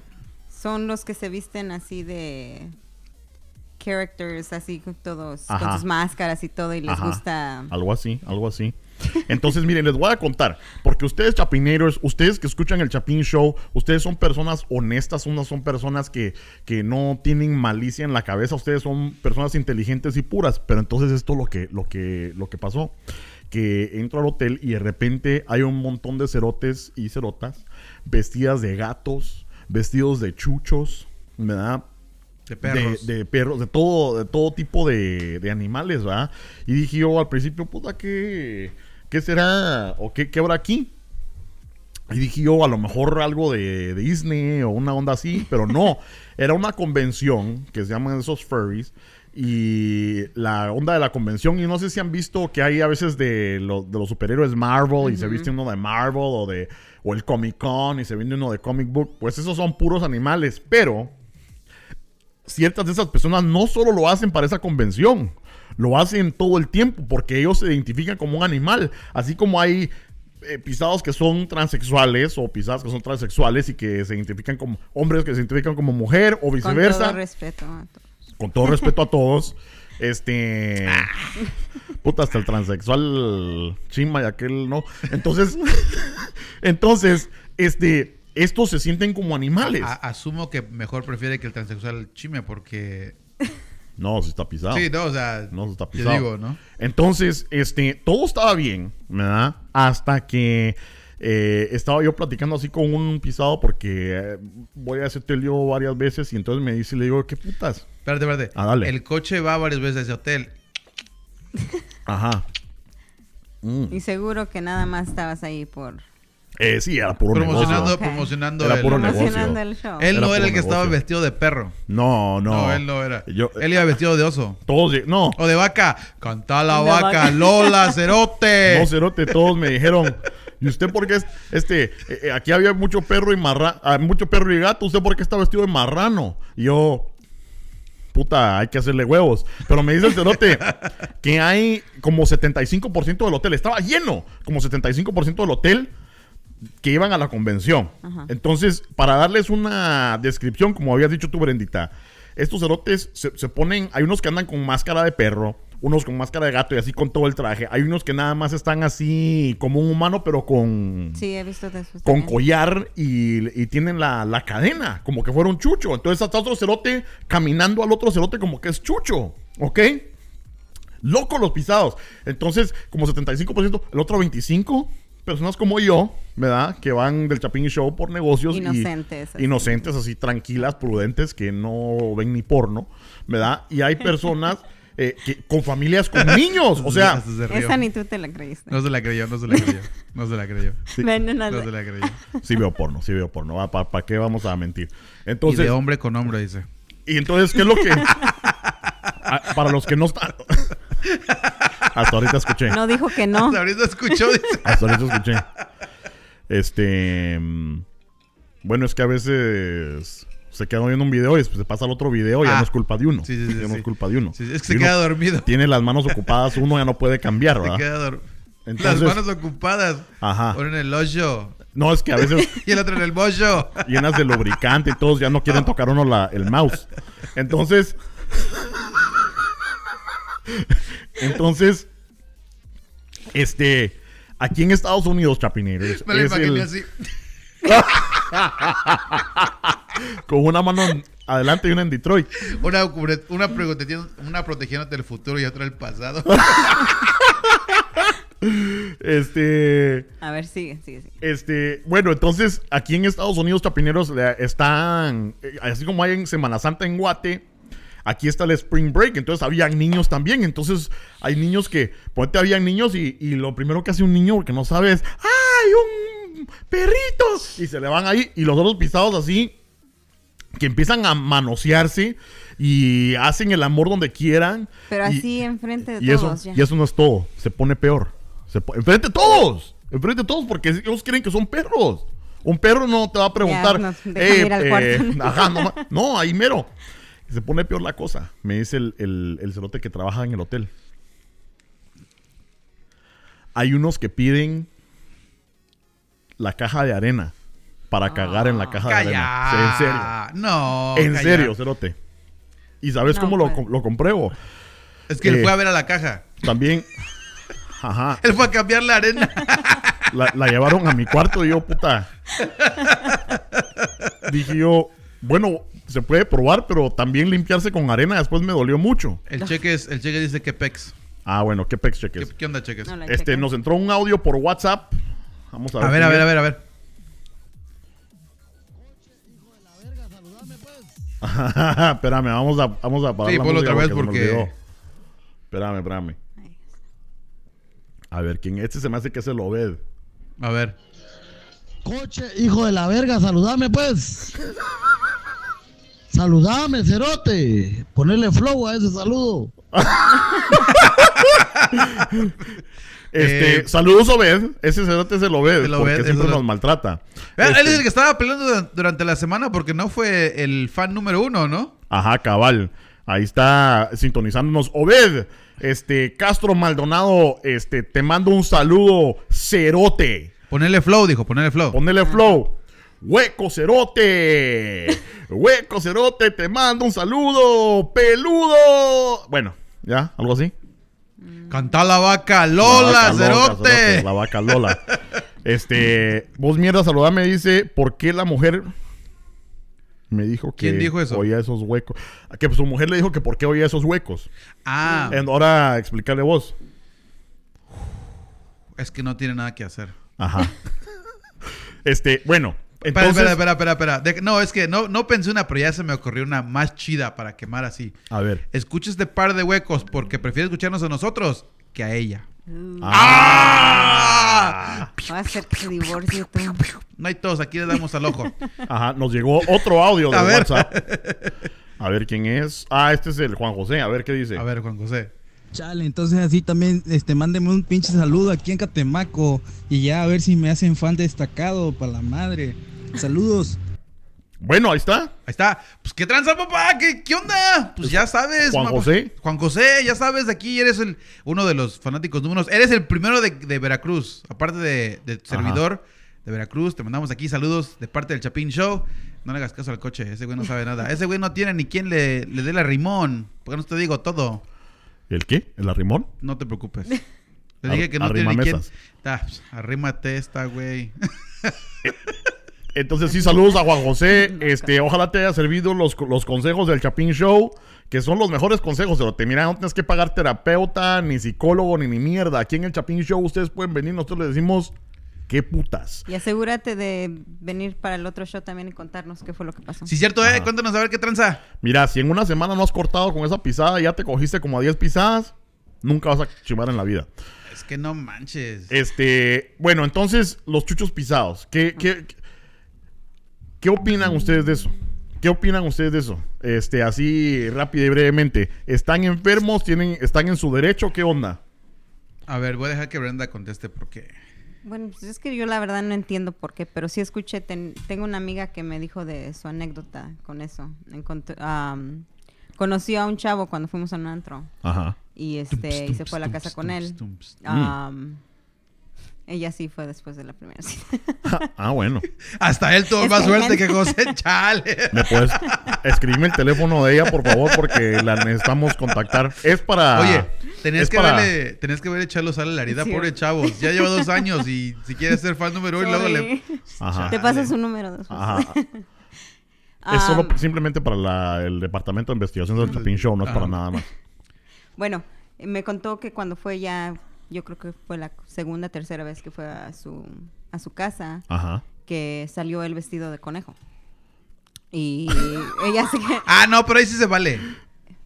[SPEAKER 3] Son los que se visten así de characters, así con todos,
[SPEAKER 1] Ajá.
[SPEAKER 3] con sus máscaras y todo, y les
[SPEAKER 1] Ajá.
[SPEAKER 3] gusta.
[SPEAKER 1] Algo así, algo así. Entonces, miren, les voy a contar, porque ustedes chapineros, ustedes que escuchan el Chapin Show, ustedes son personas honestas, unas son personas que, que no tienen malicia en la cabeza, ustedes son personas inteligentes y puras, pero entonces esto es lo que, lo que, lo que pasó, que entro al hotel y de repente hay un montón de cerotes y cerotas vestidas de gatos, vestidos de chuchos, ¿verdad?
[SPEAKER 2] De perros.
[SPEAKER 1] De, de perros, de todo, de todo tipo de, de animales, ¿verdad? Y dije yo al principio, puta, ¿qué, qué será? ¿O qué, qué habrá aquí? Y dije yo, a lo mejor algo de, de Disney o una onda así, pero no. Era una convención que se llaman esos furries. Y la onda de la convención, y no sé si han visto que hay a veces de, lo- de los superhéroes Marvel y se viste uno de Marvel o de o el Comic Con y se vende uno de comic book. Pues esos son puros animales, pero ciertas de esas personas no solo lo hacen para esa convención, lo hacen todo el tiempo porque ellos se identifican como un animal. Así como hay eh, pisados que son transexuales o pisadas que son transexuales y que se identifican como hombres que se identifican como mujer o
[SPEAKER 3] Con
[SPEAKER 1] viceversa
[SPEAKER 3] todo respeto. a to-
[SPEAKER 1] con todo respeto a todos, este.
[SPEAKER 3] Ah.
[SPEAKER 1] Puta, hasta el transexual chima y aquel no. Entonces, entonces, este, estos se sienten como animales.
[SPEAKER 2] A- asumo que mejor prefiere que el transexual chime porque...
[SPEAKER 1] No, se está pisado.
[SPEAKER 2] Sí, no, o sea...
[SPEAKER 1] No, eso está
[SPEAKER 2] yo
[SPEAKER 1] pisado.
[SPEAKER 2] digo, ¿no?
[SPEAKER 1] Entonces, este, todo estaba bien, ¿verdad? Hasta que eh, estaba yo platicando así con un pisado porque eh, voy a ese telio varias veces y entonces me dice, le digo, ¿qué putas?
[SPEAKER 2] Espérate, espérate.
[SPEAKER 1] Ah, dale.
[SPEAKER 2] El coche va varias veces a ese hotel.
[SPEAKER 1] Ajá. Mm.
[SPEAKER 3] Y seguro que nada más estabas ahí por
[SPEAKER 1] Eh, sí, era puro
[SPEAKER 2] promocionando
[SPEAKER 1] negocio.
[SPEAKER 3] Ok.
[SPEAKER 2] promocionando
[SPEAKER 1] Era
[SPEAKER 2] el-
[SPEAKER 1] puro negocio.
[SPEAKER 3] promocionando el show.
[SPEAKER 2] Él
[SPEAKER 1] Era
[SPEAKER 2] no era el
[SPEAKER 1] puro
[SPEAKER 2] que estaba
[SPEAKER 1] negocio.
[SPEAKER 2] vestido de perro.
[SPEAKER 1] No, no.
[SPEAKER 2] No, él no era.
[SPEAKER 1] Yo- eh,
[SPEAKER 2] él iba vestido de oso.
[SPEAKER 1] Todos, lleg- no,
[SPEAKER 2] O de vaca. Canta la
[SPEAKER 3] De
[SPEAKER 2] vaca,
[SPEAKER 3] vaca.
[SPEAKER 2] Lola, Cerote.
[SPEAKER 1] no, cerote, todos me dijeron, ¿y usted por qué es, este, eh, eh, aquí había mucho perro y marra, ah, mucho perro y gato, ¿usted por qué está vestido de marrano? Y yo, puta, hay que hacerle huevos. Pero me dice el cerote que hay como 75% del hotel, estaba lleno, como 75% del hotel que iban a la convención.
[SPEAKER 3] Ajá.
[SPEAKER 1] Entonces, para darles una descripción, como habías dicho tú, Brendita, estos cerotes se, se ponen, hay unos que andan con máscara de perro, unos con máscara de gato y así con todo el traje, hay unos que nada más están así como un humano, pero con,
[SPEAKER 3] Sí, he visto de esos
[SPEAKER 1] con
[SPEAKER 3] también.
[SPEAKER 1] collar y, y tienen la, la cadena, como que fuera un chucho. Entonces hasta otro cerote caminando al otro cerote como que es chucho, ¿ok? Loco los pisados. Entonces, como 75%, el otro 25%, personas como yo, ¿verdad? Que van del Chapín Show por negocios. y-
[SPEAKER 3] Inocentes, así.
[SPEAKER 1] inocentes, así tranquilas, prudentes, que no ven ni porno, ¿verdad? Y hay personas eh, que, con familias con niños, o sea...
[SPEAKER 2] Hasta se rió.
[SPEAKER 3] Esa ni tú te la creíste.
[SPEAKER 2] No se la creyó, no se la creyó. No se la creyó.
[SPEAKER 1] sí.
[SPEAKER 3] No, no, no,
[SPEAKER 2] No se la creyó.
[SPEAKER 1] Sí veo porno, sí veo porno. ¿Para qué vamos a mentir?
[SPEAKER 2] Y
[SPEAKER 1] Entonces,
[SPEAKER 2] de hombre con hombre, dice.
[SPEAKER 1] Y entonces, ¿qué es lo que...? Ah, para los que no están... Hasta ahorita escuché.
[SPEAKER 3] no dijo que no.
[SPEAKER 2] Hasta ahorita escuchó, dice.
[SPEAKER 1] Hasta ahorita escuché. Este... mm, Bueno, es que a veces se queda viendo un video y después se pasa al otro video y ya
[SPEAKER 2] Ah.
[SPEAKER 1] no es culpa de uno.
[SPEAKER 2] Sí, sí, sí,
[SPEAKER 1] ya no
[SPEAKER 2] sí.
[SPEAKER 1] es culpa de uno.
[SPEAKER 2] Sí, es
[SPEAKER 1] Si
[SPEAKER 2] que se
[SPEAKER 1] uno
[SPEAKER 2] queda dormido.
[SPEAKER 1] Tiene las manos ocupadas, uno ya no puede cambiar,
[SPEAKER 2] Se
[SPEAKER 1] ¿verdad?
[SPEAKER 2] queda dormido. Las
[SPEAKER 1] Entonces-
[SPEAKER 2] manos ocupadas.
[SPEAKER 1] Ajá.
[SPEAKER 2] Uno en el hoyo
[SPEAKER 1] No, es que a veces
[SPEAKER 2] y el otro en el bollo.
[SPEAKER 1] llenas de lubricante y todos ya no quieren tocar uno la- el mouse. Entonces. entonces. Este. Aquí en Estados Unidos, chapineros.
[SPEAKER 2] Me lo
[SPEAKER 1] es
[SPEAKER 2] imaginé
[SPEAKER 1] el-
[SPEAKER 2] así.
[SPEAKER 1] con una mano en- adelante y una en Detroit.
[SPEAKER 2] Una, cubre- una, protegiendo- una protegiéndote el futuro y otra el pasado.
[SPEAKER 1] Este.
[SPEAKER 3] A ver, sigue, sigue, sigue.
[SPEAKER 1] Este, bueno, entonces aquí en Estados Unidos, tapineros le- están, eh, así como hay en Semana Santa en Guate, aquí está el Spring Break, entonces habían niños también, entonces hay niños que, ponte, habían niños y, y lo primero que hace un niño que no sabe es, ¡ay, un perrito! Y se le van ahí y los otros pisados así, que empiezan a manosearse y hacen el amor donde quieran.
[SPEAKER 3] Pero
[SPEAKER 1] y-
[SPEAKER 3] así enfrente de
[SPEAKER 1] y eso,
[SPEAKER 3] todos. ya.
[SPEAKER 1] y eso no es todo, se pone peor. Se po- enfrente de todos, enfrente de todos, porque ellos creen que son perros. Un perro no te va a preguntar.
[SPEAKER 3] nos dejan
[SPEAKER 1] "Ey,
[SPEAKER 3] ir al
[SPEAKER 1] eh,
[SPEAKER 3] cuarto".
[SPEAKER 1] ajá, no, ma- no, ahí mero. Se pone peor la cosa, me dice el, el, el cerote que trabaja en el hotel. Hay unos que piden la caja de arena para cagar en la caja de arena. Sí, en serio.
[SPEAKER 2] Ah, Calla. No.
[SPEAKER 1] En
[SPEAKER 2] calla.
[SPEAKER 1] serio, cerote. ¿Y sabes
[SPEAKER 3] No,
[SPEAKER 1] cómo lo,
[SPEAKER 3] pues.
[SPEAKER 1] com- lo compruebo?
[SPEAKER 2] Es que él
[SPEAKER 1] Eh.
[SPEAKER 2] fue a ver a la caja.
[SPEAKER 1] También. Ajá.
[SPEAKER 2] Él fue a cambiar la arena.
[SPEAKER 1] La, la llevaron a mi cuarto y yo, puta. Dije yo, bueno, se puede probar, pero también limpiarse con arena después me dolió mucho.
[SPEAKER 2] El cheque, es, el cheque dice que pex.
[SPEAKER 1] Ah, bueno, qué pex
[SPEAKER 2] ¿Qué,
[SPEAKER 1] cheques.
[SPEAKER 2] qué onda, cheques?
[SPEAKER 3] No, la
[SPEAKER 1] Este,
[SPEAKER 3] checa.
[SPEAKER 1] nos entró un audio por WhatsApp. Vamos a ver.
[SPEAKER 2] A ver,
[SPEAKER 1] quién
[SPEAKER 2] a ver,
[SPEAKER 1] es.
[SPEAKER 2] a ver, a ver.
[SPEAKER 1] espérame, vamos a, vamos a parar
[SPEAKER 2] Sí,
[SPEAKER 1] la
[SPEAKER 2] ponlo
[SPEAKER 1] música
[SPEAKER 2] otra vez
[SPEAKER 1] se me
[SPEAKER 2] porque-
[SPEAKER 1] olvidó. Espérame, espérame. A ver, ¿quién? Este se me hace que se lo ve.
[SPEAKER 2] A ver.
[SPEAKER 4] Coche, hijo de la verga, saludame pues. Saludame, cerote. Ponerle flow a ese saludo.
[SPEAKER 1] Este,
[SPEAKER 2] Eh,
[SPEAKER 1] saludos Obed, ese cerote se este lo ve,
[SPEAKER 2] Obed,
[SPEAKER 1] porque
[SPEAKER 2] es
[SPEAKER 1] siempre
[SPEAKER 2] Obed.
[SPEAKER 1] nos maltrata.
[SPEAKER 2] Vea, Él
[SPEAKER 1] Este,
[SPEAKER 2] es el que estaba peleando dura- durante la semana porque no fue el fan número uno, ¿no?
[SPEAKER 1] Ajá, cabal. Ahí está sintonizándonos Obed, este Castro Maldonado, este te mando un saludo cerote.
[SPEAKER 2] Ponerle flow, dijo, ponerle flow.
[SPEAKER 1] Ponele flow. Hueco cerote. Hueco cerote, te mando un saludo peludo. Bueno, ya, algo así.
[SPEAKER 2] Cantá la vaca,
[SPEAKER 1] La vaca
[SPEAKER 2] Lola,
[SPEAKER 1] Lola,
[SPEAKER 2] Cerote.
[SPEAKER 1] La vaca Lola. Este, vos mierda, saludame, dice, ¿por qué la mujer me dijo que
[SPEAKER 2] ¿Quién dijo eso?
[SPEAKER 1] oía esos huecos? Que su mujer le dijo que por qué oía esos huecos.
[SPEAKER 2] Ah,
[SPEAKER 1] En- Ahora explicarle vos.
[SPEAKER 2] es que no tiene nada que hacer.
[SPEAKER 1] Ajá. este, bueno,
[SPEAKER 2] Espera,
[SPEAKER 1] entonces,
[SPEAKER 2] espera, espera, espera, espera. De- no, es que no, no pensé una, pero ya se me ocurrió una más chida para quemar así.
[SPEAKER 1] a ver.
[SPEAKER 2] Escucha este par de huecos porque prefiere escucharnos a nosotros que a ella.
[SPEAKER 1] Ah.
[SPEAKER 3] Uh, Va a hacer tu divorcio tú.
[SPEAKER 2] No hay todos, aquí le damos al ojo.
[SPEAKER 1] Ajá, nos llegó otro audio de
[SPEAKER 2] A ver.
[SPEAKER 1] WhatsApp. A ver quién es. Ah, este es el Juan José, a ver qué dice.
[SPEAKER 2] A ver, Juan José.
[SPEAKER 5] Chale, entonces así también, este, mándeme un pinche saludo aquí en Catemaco y ya a ver si me hacen fan destacado para la madre. Saludos.
[SPEAKER 1] Bueno, ahí está.
[SPEAKER 2] Ahí está. Pues qué tranza, papá. ¿Qué, qué onda? Pues ya sabes.
[SPEAKER 1] Juan
[SPEAKER 2] papá.
[SPEAKER 1] José.
[SPEAKER 2] Juan José, ya sabes, aquí eres el, uno de los fanáticos números. Eres el primero de, de Veracruz. Aparte de, de tu
[SPEAKER 1] Ajá.
[SPEAKER 2] servidor de Veracruz, te mandamos aquí saludos de parte del Chapín Show. No le hagas caso al coche, ese güey no sabe nada. Ese güey no tiene ni quien le, le dé la rimón. ¿Por qué no te digo todo?
[SPEAKER 1] ¿El qué? ¿El arrimón?
[SPEAKER 2] No te preocupes. Te
[SPEAKER 1] Ar-
[SPEAKER 2] dije que no tiene ni
[SPEAKER 1] arrima
[SPEAKER 2] quien.
[SPEAKER 1] mesas.
[SPEAKER 2] Ta, pues, arrímate esta, güey.
[SPEAKER 1] Entonces, sí, saludos a Juan José. Este, ojalá te haya servido los, los consejos del Chapín Show, que son los mejores consejos. Pero te mira, no tienes que pagar terapeuta, ni psicólogo, ni, ni mierda. Aquí en el Chapín Show ustedes pueden venir, nosotros les decimos qué putas.
[SPEAKER 3] Y asegúrate de venir para el otro show también y contarnos qué fue lo que pasó.
[SPEAKER 2] Sí, cierto, eh.
[SPEAKER 1] Ajá.
[SPEAKER 2] Cuéntanos a ver qué tranza.
[SPEAKER 1] Mira, si en una semana no has cortado con esa pisada y ya te cogiste como a 10 pisadas, nunca vas a chimar en la vida.
[SPEAKER 2] Es que no manches.
[SPEAKER 1] Este, bueno, entonces, los chuchos pisados. ¿Qué, qué, qué opinan ustedes de eso? ¿Qué opinan ustedes de eso? Este, así rápido y brevemente. ¿Están enfermos? ¿Tienen, ¿Están en su derecho? ¿Qué onda?
[SPEAKER 2] A ver, voy a dejar que Brenda conteste porque.
[SPEAKER 3] Bueno, pues es que yo la verdad no entiendo por qué, pero sí escuché, ten- tengo una amiga que me dijo de su anécdota con eso. Encontró- am, conoció a un chavo cuando fuimos a un antro
[SPEAKER 1] Ajá.
[SPEAKER 3] y, este, y se fue a la casa con él.
[SPEAKER 1] Mm.
[SPEAKER 3] Am, ella sí fue después de la primera cita.
[SPEAKER 1] Ah, bueno.
[SPEAKER 2] Hasta él tuvo
[SPEAKER 3] Es
[SPEAKER 2] más
[SPEAKER 3] que
[SPEAKER 2] suerte
[SPEAKER 3] men-
[SPEAKER 2] que José Chale.
[SPEAKER 1] ¿Me puedes escribirme el teléfono de ella, por favor? Porque la necesitamos contactar. Es para...
[SPEAKER 2] Oye, tenías
[SPEAKER 1] Ah, es
[SPEAKER 2] que,
[SPEAKER 1] para-
[SPEAKER 2] verle, tenías que verle echarlo sal a la herida,
[SPEAKER 3] Sí.
[SPEAKER 2] pobre chavos. Ya lleva dos años y si quieres ser fan número uno, y luego le.
[SPEAKER 3] Sorry.
[SPEAKER 1] Ajá.
[SPEAKER 3] Te paso su número después.
[SPEAKER 1] Ajá.
[SPEAKER 3] Am,
[SPEAKER 1] Es solo pues simplemente para la- el departamento de investigación del Chapin Show, no es para
[SPEAKER 2] Ah.
[SPEAKER 1] nada más.
[SPEAKER 3] Bueno, eh, me contó que cuando fue ya, yo creo que fue la segunda, tercera vez que fue a su, a su casa,
[SPEAKER 1] Ajá.
[SPEAKER 3] que salió el vestido de conejo. Y ella se que...
[SPEAKER 2] Ah, no, pero ahí sí se vale.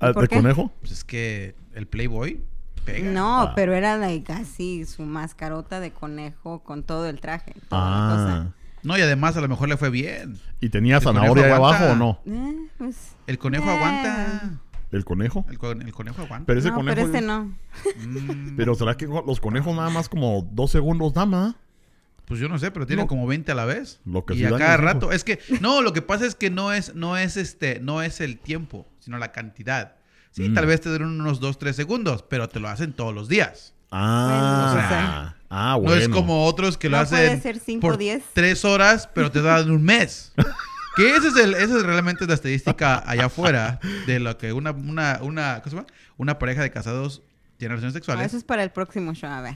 [SPEAKER 1] Ah,
[SPEAKER 3] por
[SPEAKER 1] ¿De
[SPEAKER 3] qué?
[SPEAKER 1] conejo?
[SPEAKER 2] Pues es que el Playboy pega.
[SPEAKER 3] No,
[SPEAKER 1] Ah.
[SPEAKER 3] pero era like, así su mascarota de conejo con todo el traje. toda
[SPEAKER 1] Ah.
[SPEAKER 3] la cosa.
[SPEAKER 2] No, y además a lo mejor le fue bien.
[SPEAKER 1] ¿Y tenía
[SPEAKER 2] El
[SPEAKER 1] zanahoria ahí
[SPEAKER 2] conejo
[SPEAKER 1] abajo o
[SPEAKER 2] aguanta.
[SPEAKER 1] no?
[SPEAKER 3] Eh, pues,
[SPEAKER 2] El conejo
[SPEAKER 3] Eh.
[SPEAKER 2] aguanta.
[SPEAKER 1] ¿El conejo?
[SPEAKER 2] El, co- el conejo aguanta.
[SPEAKER 1] Pero ese
[SPEAKER 3] no,
[SPEAKER 1] conejo.
[SPEAKER 3] pero ese no.
[SPEAKER 2] Mm,
[SPEAKER 1] Pero será que los conejos nada más como dos segundos nada más?
[SPEAKER 2] pues yo no sé, pero tiene
[SPEAKER 1] No.
[SPEAKER 2] como 20 a la vez.
[SPEAKER 1] Lo que
[SPEAKER 2] y
[SPEAKER 1] sí
[SPEAKER 2] a
[SPEAKER 1] daña
[SPEAKER 2] cada
[SPEAKER 1] es eso.
[SPEAKER 2] rato. Es que, no, lo que pasa es que no es, no es este, no es el tiempo, sino la cantidad. Sí,
[SPEAKER 1] Mm.
[SPEAKER 2] tal vez te den unos 2, 3 segundos, pero te lo hacen todos los días.
[SPEAKER 1] Ah,
[SPEAKER 3] Bueno,
[SPEAKER 1] o
[SPEAKER 3] o
[SPEAKER 1] sea,
[SPEAKER 3] sea.
[SPEAKER 1] ah, bueno.
[SPEAKER 2] No es como otros que lo
[SPEAKER 3] No puede
[SPEAKER 2] hacen
[SPEAKER 3] ser cinco,
[SPEAKER 2] por
[SPEAKER 3] diez.
[SPEAKER 2] tres horas, pero te dan un mes. que ese es el, esa es realmente la estadística allá afuera de lo que una, una, una, ¿cómo se llama? una pareja de casados tiene relaciones
[SPEAKER 3] Ah,
[SPEAKER 2] sexuales.
[SPEAKER 3] eso es para el próximo show, a ver.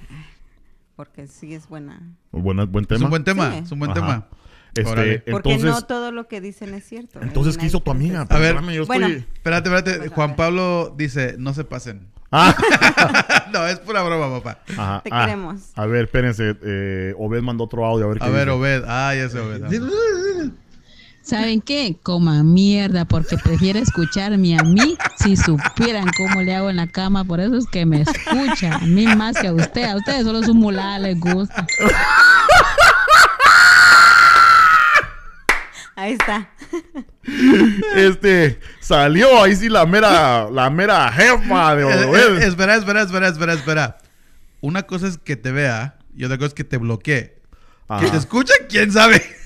[SPEAKER 3] Porque sí es buena.
[SPEAKER 1] Buena- buen tema.
[SPEAKER 2] Es un buen tema,
[SPEAKER 3] Sí.
[SPEAKER 2] es un buen
[SPEAKER 1] Ajá.
[SPEAKER 2] tema.
[SPEAKER 1] Este,
[SPEAKER 2] Órale.
[SPEAKER 3] Porque
[SPEAKER 1] entonces,
[SPEAKER 3] no todo lo que dicen es cierto.
[SPEAKER 1] entonces, ¿qué
[SPEAKER 3] Hay
[SPEAKER 1] hizo tu
[SPEAKER 3] diferentes-
[SPEAKER 1] amiga?
[SPEAKER 2] A ver.
[SPEAKER 1] Espérame, yo
[SPEAKER 3] Bueno.
[SPEAKER 1] estoy-
[SPEAKER 2] Espérate, espérate.
[SPEAKER 3] Pues, a
[SPEAKER 2] Juan
[SPEAKER 3] ver.
[SPEAKER 2] Pablo dice, no se pasen.
[SPEAKER 1] Ah,
[SPEAKER 2] no, es pura broma, papá.
[SPEAKER 1] ajá,
[SPEAKER 3] Te
[SPEAKER 1] ah.
[SPEAKER 3] queremos.
[SPEAKER 1] A ver, espérense. Eh, Obed mandó otro audio. A ver,
[SPEAKER 2] A
[SPEAKER 1] qué
[SPEAKER 2] ver,
[SPEAKER 1] dice.
[SPEAKER 2] Obed. Ah, ya sé, Obed.
[SPEAKER 6] ¿Saben qué? Coman mierda, porque prefiere escucharme a mí si supieran cómo le hago en la cama. Por eso es que me escuchan, a mí más que a usted. A ustedes solo su mulada les gusta.
[SPEAKER 3] Ahí está.
[SPEAKER 1] Este, salió ahí sí la mera, la mera jefa de
[SPEAKER 2] Eh,
[SPEAKER 1] Obed.
[SPEAKER 2] eh, espera, espera, espera, espera, espera. Una cosa es que te vea y otra cosa es que te bloquee.
[SPEAKER 1] Ajá.
[SPEAKER 2] ¿Que te escucha? ¿Quién sabe?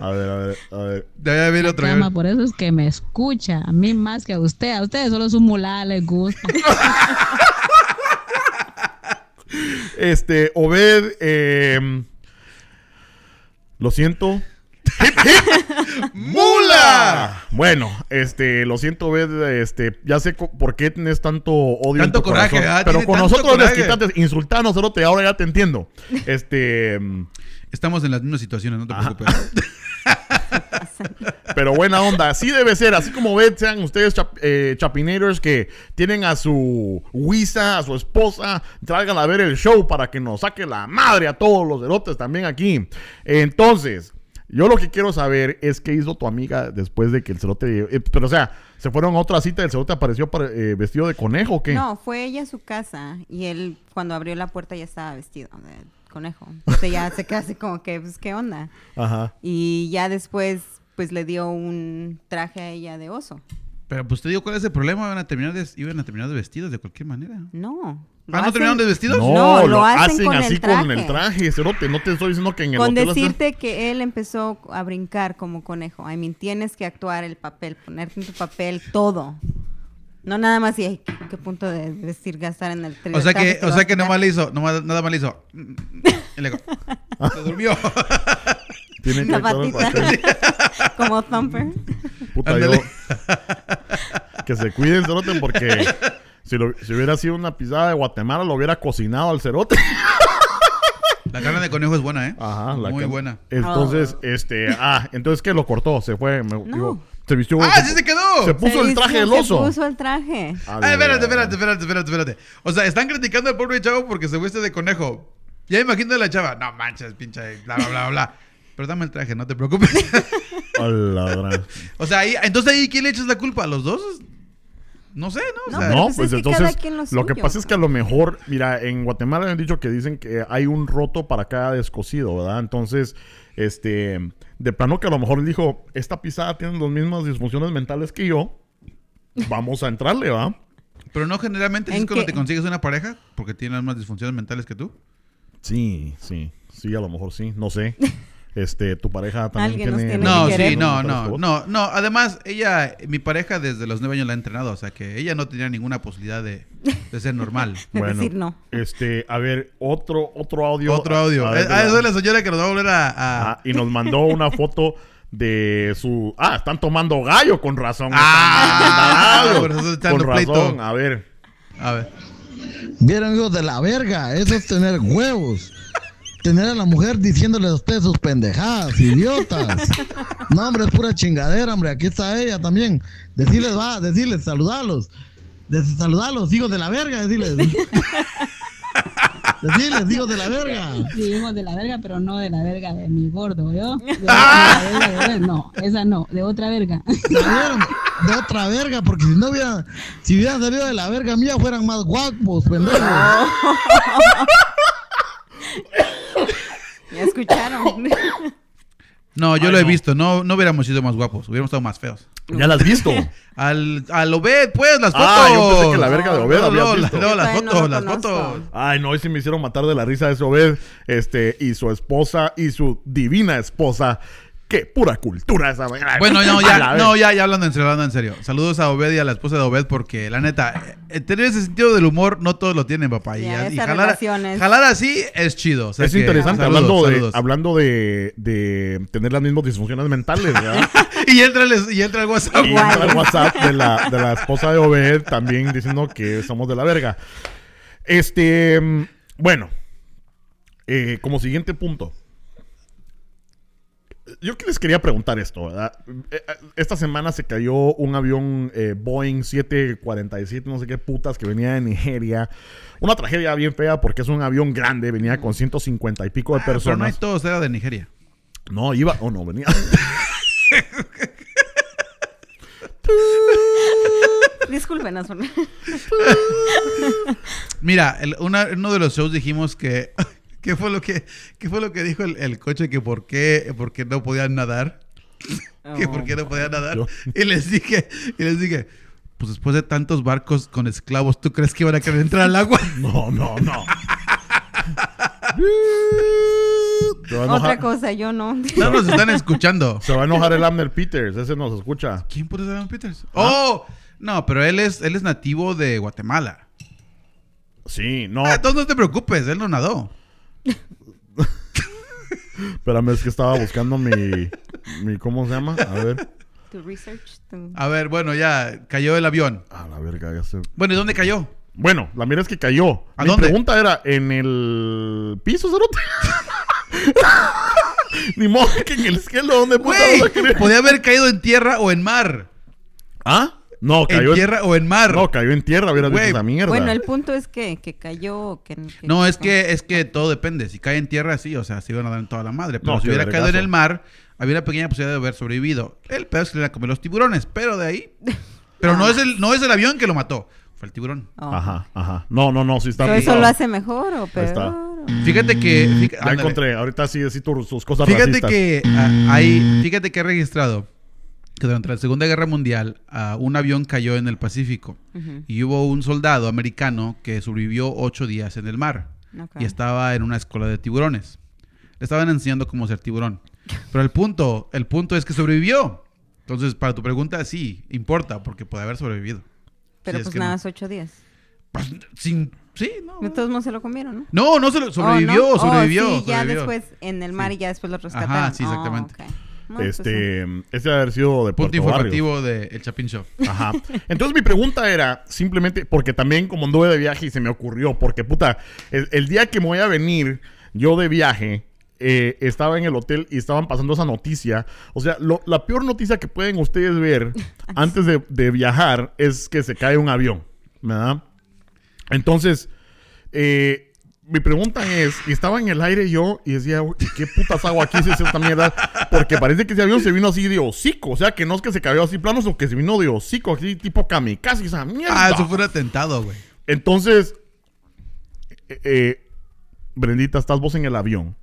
[SPEAKER 1] A ver, a ver, a ver.
[SPEAKER 2] Debe haber otro.
[SPEAKER 6] Cama, por eso es que me escucha, a mí más que a usted. A ustedes solo su mulada les gusta.
[SPEAKER 1] Este, Obed, eh, lo siento.
[SPEAKER 3] pues.
[SPEAKER 2] ¡Mula!
[SPEAKER 1] Bueno, este, lo siento, Obed, este, ya sé co- por qué tienes tanto odio. en
[SPEAKER 2] Tanto
[SPEAKER 1] tu
[SPEAKER 2] coraje,
[SPEAKER 1] corazón,
[SPEAKER 2] ¿verdad?
[SPEAKER 1] Pero
[SPEAKER 2] Tiene
[SPEAKER 1] con
[SPEAKER 2] tanto
[SPEAKER 1] nosotros
[SPEAKER 2] coraje.
[SPEAKER 1] desquitaste, insultanos, cerote, ahora ya te entiendo. Este, mm,
[SPEAKER 2] Estamos en las mismas situaciones, no te
[SPEAKER 1] Ajá.
[SPEAKER 2] preocupes.
[SPEAKER 1] pero buena onda, así debe ser, así como Obed, sean ustedes chap- eh, chapinators que tienen a su Wisa, a su esposa, traigan a ver el show para que nos saque la madre a todos los cerotes también aquí. Entonces, yo lo que quiero saber es qué hizo tu amiga después de que el cerote, eh, pero o sea, se fueron a otra cita, el cerote apareció para- eh, vestido de conejo o qué?
[SPEAKER 3] No, fue ella a su casa y él cuando abrió la puerta ya estaba vestido de conejo. Entonces ya se quedó así como que, pues, ¿qué onda?
[SPEAKER 1] Ajá.
[SPEAKER 3] Y ya después, pues le dio un traje a ella de oso.
[SPEAKER 2] Pero pues te digo, ¿cuál es el problema? Iban a terminar de, iban a terminar de vestidos de cualquier manera.
[SPEAKER 3] No. lo
[SPEAKER 2] ¿Ah, no
[SPEAKER 3] hacen
[SPEAKER 2] terminaron de vestidos?
[SPEAKER 1] No,
[SPEAKER 3] No,
[SPEAKER 1] lo,
[SPEAKER 3] lo hacen
[SPEAKER 1] hacen,
[SPEAKER 3] con el
[SPEAKER 1] así con el
[SPEAKER 3] traje.
[SPEAKER 1] traje, cerote. No te estoy diciendo que en el
[SPEAKER 3] Con
[SPEAKER 1] hotel hacen-
[SPEAKER 3] decirte que él empezó a brincar como conejo. I mean, tienes que actuar el papel, ponerte en tu papel todo. No nada más y ay, qué, qué punto de decir gastar en el tri-
[SPEAKER 2] O sea
[SPEAKER 3] traje
[SPEAKER 2] que,
[SPEAKER 3] te
[SPEAKER 2] o
[SPEAKER 3] lo
[SPEAKER 2] sea
[SPEAKER 3] vas
[SPEAKER 2] que
[SPEAKER 3] a
[SPEAKER 2] nomás
[SPEAKER 3] quitar.
[SPEAKER 2] le hizo, nomás, nada más le hizo. Y le digo, se durmió.
[SPEAKER 1] Tiene que
[SPEAKER 3] Una
[SPEAKER 1] actuar el
[SPEAKER 3] patita.
[SPEAKER 1] papel.
[SPEAKER 3] como Thumper.
[SPEAKER 1] Puta, yo-
[SPEAKER 2] Ándale.
[SPEAKER 1] Que se cuiden, cerote, porque si, lo- si hubiera sido una pisada de Guatemala, lo hubiera cocinado al cerote.
[SPEAKER 2] La carne de conejo es buena, ¿eh?
[SPEAKER 1] Ajá, la
[SPEAKER 2] Muy
[SPEAKER 1] que-
[SPEAKER 2] buena.
[SPEAKER 1] Entonces,
[SPEAKER 3] Ah.
[SPEAKER 1] este, ah, entonces que lo cortó, se fue, me-
[SPEAKER 3] No.
[SPEAKER 1] digo, se vistió.
[SPEAKER 2] ¡Ah,
[SPEAKER 1] se,
[SPEAKER 2] sí se quedó!
[SPEAKER 1] se puso el traje del
[SPEAKER 3] Se
[SPEAKER 1] oso.
[SPEAKER 3] puso el traje.
[SPEAKER 1] A la
[SPEAKER 2] Ay, Ah, espérate,
[SPEAKER 1] verga.
[SPEAKER 2] espérate, espérate, espérate, espérate. O sea, están criticando al pobre chavo porque se fuiste de conejo. Ya imagino a la chava. No manches, pinche, bla, bla, bla, bla. Pero dame el traje, no te preocupes.
[SPEAKER 1] A la gran-
[SPEAKER 2] o sea, ahí, entonces ahí, ¿quién le echas la culpa? ¿A los dos? No sé, ¿no? O
[SPEAKER 3] No,
[SPEAKER 2] sea,
[SPEAKER 3] pero
[SPEAKER 1] No,
[SPEAKER 3] pues
[SPEAKER 1] pues
[SPEAKER 3] es que cada
[SPEAKER 1] entonces
[SPEAKER 3] quien lo
[SPEAKER 1] lo que
[SPEAKER 3] suyo,
[SPEAKER 1] pasa es
[SPEAKER 3] ¿no?
[SPEAKER 1] que a lo mejor, mira, en Guatemala han dicho que dicen que hay un roto para cada descosido, ¿verdad? Entonces, este, de plano que a lo mejor dijo, esta pisada tiene las mismas disfunciones mentales que yo, vamos a entrarle, ¿verdad?
[SPEAKER 2] Pero no generalmente si
[SPEAKER 3] ¿En
[SPEAKER 2] es cuando
[SPEAKER 3] qué?
[SPEAKER 2] te consigues una pareja porque tiene las mismas disfunciones mentales que tú.
[SPEAKER 1] Sí, sí, sí, a lo mejor sí, no sé. Este, tu pareja también
[SPEAKER 3] Alguien nos
[SPEAKER 1] tiene...
[SPEAKER 3] tiene que
[SPEAKER 2] No,
[SPEAKER 3] querer.
[SPEAKER 2] sí, no, no, no, no. Además, ella, mi pareja desde los nueve años la ha entrenado, o sea que ella no tenía ninguna posibilidad de, de ser normal.
[SPEAKER 3] De decir no.
[SPEAKER 1] Este, a ver, otro, otro audio.
[SPEAKER 2] Otro audio.
[SPEAKER 1] A ver,
[SPEAKER 2] Eh, Ah, eso es la señora que nos va a volver a... a-
[SPEAKER 1] Ah, y nos mandó una foto de su. Ah, están tomando gallo con razón.
[SPEAKER 2] Ah,
[SPEAKER 1] Están tomando
[SPEAKER 2] por eso están
[SPEAKER 1] con
[SPEAKER 2] dando
[SPEAKER 1] razón.
[SPEAKER 2] pleito.
[SPEAKER 1] A ver.
[SPEAKER 2] A ver.
[SPEAKER 4] Vieron hijos de la verga, eso es tener huevos. Tener a la mujer diciéndole a usted sus pendejadas, idiotas. No, hombre, es pura chingadera, hombre. Aquí está ella también. Decirles, va, decirles, saludarlos. saludarlos, hijos de la verga, decirles. Decirles, hijos de la verga.
[SPEAKER 6] Vivimos de la verga, pero no de la verga de mi gordo, ¿yo? De la verga de él, no, esa no, de otra verga.
[SPEAKER 4] Salieron de otra verga, porque si no hubieran, si hubieran salido de la verga mía, fueran más guapos, pendejos.
[SPEAKER 3] Ya escucharon.
[SPEAKER 2] No, yo
[SPEAKER 1] Ay,
[SPEAKER 2] lo he
[SPEAKER 1] no.
[SPEAKER 2] visto. No, no hubiéramos sido más guapos. Hubiéramos estado más feos.
[SPEAKER 1] ¿Ya las has visto?
[SPEAKER 2] Al, al Obed, pues, las fotos.
[SPEAKER 1] Ah, yo pensé que la verga de Obed
[SPEAKER 2] no,
[SPEAKER 1] habías
[SPEAKER 2] no, la-
[SPEAKER 1] visto.
[SPEAKER 2] no, las
[SPEAKER 3] Ay, no
[SPEAKER 2] fotos,
[SPEAKER 3] lo
[SPEAKER 2] las
[SPEAKER 3] conozco.
[SPEAKER 2] fotos.
[SPEAKER 1] Ay, no, hoy sí me hicieron matar de la risa de Obed, este, y su esposa, y su divina esposa. Qué pura cultura esa vaina.
[SPEAKER 2] Bueno, no,
[SPEAKER 1] A la
[SPEAKER 2] ya,
[SPEAKER 1] vez.
[SPEAKER 2] no, ya, ya hablando en serio, hablando en serio. Saludos a Obed y a la esposa de Obed porque, la neta, eh, tener ese sentido del humor no todos lo tienen, papá. Y,
[SPEAKER 3] Ya,
[SPEAKER 2] y
[SPEAKER 3] esas
[SPEAKER 2] jalar,
[SPEAKER 3] relaciones.
[SPEAKER 2] jalar así es chido. o sea
[SPEAKER 1] es
[SPEAKER 2] que-
[SPEAKER 1] interesante,
[SPEAKER 2] saludos,
[SPEAKER 1] hablando,
[SPEAKER 2] saludos.
[SPEAKER 1] De, hablando de, de tener las mismas disfunciones mentales, ¿verdad?
[SPEAKER 2] Y entra, el- y entra el WhatsApp.
[SPEAKER 1] Y entra el WhatsApp de la, de la esposa de Obed también diciendo que somos de la verga. Este, mm, bueno, eh, como siguiente punto. Yo que les quería preguntar esto, ¿verdad? Eh, eh, Esta semana se cayó un avión eh, Boeing 747, no sé qué putas, que venía de Nigeria. Una tragedia bien fea porque es un avión grande, venía con 150 y pico de
[SPEAKER 2] Ah, Pero no hay
[SPEAKER 1] personas.
[SPEAKER 2] todos, era de Nigeria.
[SPEAKER 1] No, iba. O no, venía.
[SPEAKER 3] Discúlpenos. por-
[SPEAKER 2] Mira, el- una- en uno de los shows dijimos que. ¿Qué fue lo que, qué fue lo que dijo el, el coche? Que por qué, por qué no podían nadar. Que por qué no podían nadar.
[SPEAKER 1] Yo-
[SPEAKER 2] Y les dije, y les dije, pues después de tantos barcos con esclavos, ¿tú crees que iban a querer entrar al agua?
[SPEAKER 1] No, no, no. se, va a
[SPEAKER 3] Otra
[SPEAKER 1] enojar,
[SPEAKER 3] cosa, yo no.
[SPEAKER 2] No nos están escuchando.
[SPEAKER 1] se va a enojar el Amner Peters, ese nos escucha.
[SPEAKER 2] ¿Quién puede ser Aaron Peters? ¡Oh! No, pero él es, él es nativo de Guatemala.
[SPEAKER 1] Sí, no.
[SPEAKER 2] Ah, entonces no te preocupes, él no nadó.
[SPEAKER 1] Espérame, es que estaba buscando mi, mi. ¿Cómo se llama? A ver.
[SPEAKER 3] Tu research, tu-
[SPEAKER 2] A ver, bueno, ya cayó el avión.
[SPEAKER 1] A la verga, ya sé.
[SPEAKER 2] Bueno, ¿y dónde cayó?
[SPEAKER 1] Bueno, la mira es que cayó.
[SPEAKER 2] ¿A
[SPEAKER 1] mi
[SPEAKER 2] dónde?
[SPEAKER 1] pregunta era: ¿en el piso, cerote? Ni modo que en el cielo, ¿dónde puta
[SPEAKER 2] Güey,
[SPEAKER 1] vas a creer?
[SPEAKER 2] podía haber caído en tierra o en mar.
[SPEAKER 1] ¿Ah? No,
[SPEAKER 2] En
[SPEAKER 1] cayó en,
[SPEAKER 2] tierra o en mar.
[SPEAKER 1] No, cayó en tierra, hubiera dicho
[SPEAKER 2] Güey.
[SPEAKER 1] esa mierda.
[SPEAKER 3] Bueno, el punto es que, que cayó. Que, que-
[SPEAKER 2] No, es que, es que todo depende. Si cae en tierra, sí, o sea, se iban a dar en toda la madre. Pero
[SPEAKER 1] No,
[SPEAKER 2] si
[SPEAKER 1] sí,
[SPEAKER 2] hubiera
[SPEAKER 1] vergazo.
[SPEAKER 2] caído en el mar, había una pequeña posibilidad de haber sobrevivido. El pedo es que le iban a comer los tiburones, pero de ahí. Pero no es el, no es el avión que lo mató. Fue el tiburón.
[SPEAKER 3] Oh.
[SPEAKER 1] Ajá, ajá. No, no, no, sí está
[SPEAKER 3] Pero
[SPEAKER 1] bien.
[SPEAKER 3] ¿Eso lo hace mejor o
[SPEAKER 1] Ahí está.
[SPEAKER 3] peor?
[SPEAKER 2] Fíjate que. fíjate-
[SPEAKER 1] Mm, Ya
[SPEAKER 2] ándale.
[SPEAKER 1] encontré, ahorita sí, sí tus, tus cosas
[SPEAKER 2] Fíjate
[SPEAKER 1] racistas.
[SPEAKER 2] que ah, hay, fíjate que he registrado que durante la Segunda Guerra Mundial ah, un avión cayó en el Pacífico
[SPEAKER 3] Ujú.
[SPEAKER 2] y hubo un soldado americano que sobrevivió ocho días en el mar
[SPEAKER 3] Ok.
[SPEAKER 2] y estaba en una escuela de tiburones. Le estaban enseñando cómo ser tiburón, pero el punto, el punto es que sobrevivió. Entonces, para tu pregunta, sí importa porque puede haber sobrevivido.
[SPEAKER 3] Pero
[SPEAKER 2] Sí, es
[SPEAKER 3] pues
[SPEAKER 2] que
[SPEAKER 3] nada,
[SPEAKER 2] no.
[SPEAKER 3] más ocho días.
[SPEAKER 2] Pues, sin- sí, no.
[SPEAKER 3] De todos modos se lo comieron, ¿no?
[SPEAKER 2] No, no se lo- sobrevivió,
[SPEAKER 3] Oh, ¿no? Oh,
[SPEAKER 2] sobrevivió,
[SPEAKER 3] sí, ya
[SPEAKER 2] sobrevivió.
[SPEAKER 3] después en el mar y ya después lo rescataron.
[SPEAKER 2] Ajá, sí,
[SPEAKER 3] Oh,
[SPEAKER 2] exactamente.
[SPEAKER 3] ok. Bueno, pues,
[SPEAKER 1] Este, ese debe haber sido de
[SPEAKER 2] Punto
[SPEAKER 1] Puerto Barrios.
[SPEAKER 2] informativo del El Chapin Show.
[SPEAKER 1] Ajá. Entonces mi pregunta era simplemente porque también como anduve de viaje y se me ocurrió, porque puta, el, el día que me voy a venir yo de viaje, eh, estaba en el hotel y estaban pasando esa noticia. O sea, lo- la peor noticia que pueden ustedes ver antes de, de viajar es que se cae un avión, ¿verdad? Entonces, eh, mi pregunta es, y estaba en el aire yo y decía, "Uy, ¿qué putas hago aquí si es esta mierda? Porque parece que ese avión se vino así de hocico, o sea, que no es que se cayó así plano, sino que se vino de hocico, así tipo kamikaze, esa mierda.
[SPEAKER 2] Ah, eso fue un atentado, güey.
[SPEAKER 1] Entonces, eh, eh, Brendita, estás vos en el avión.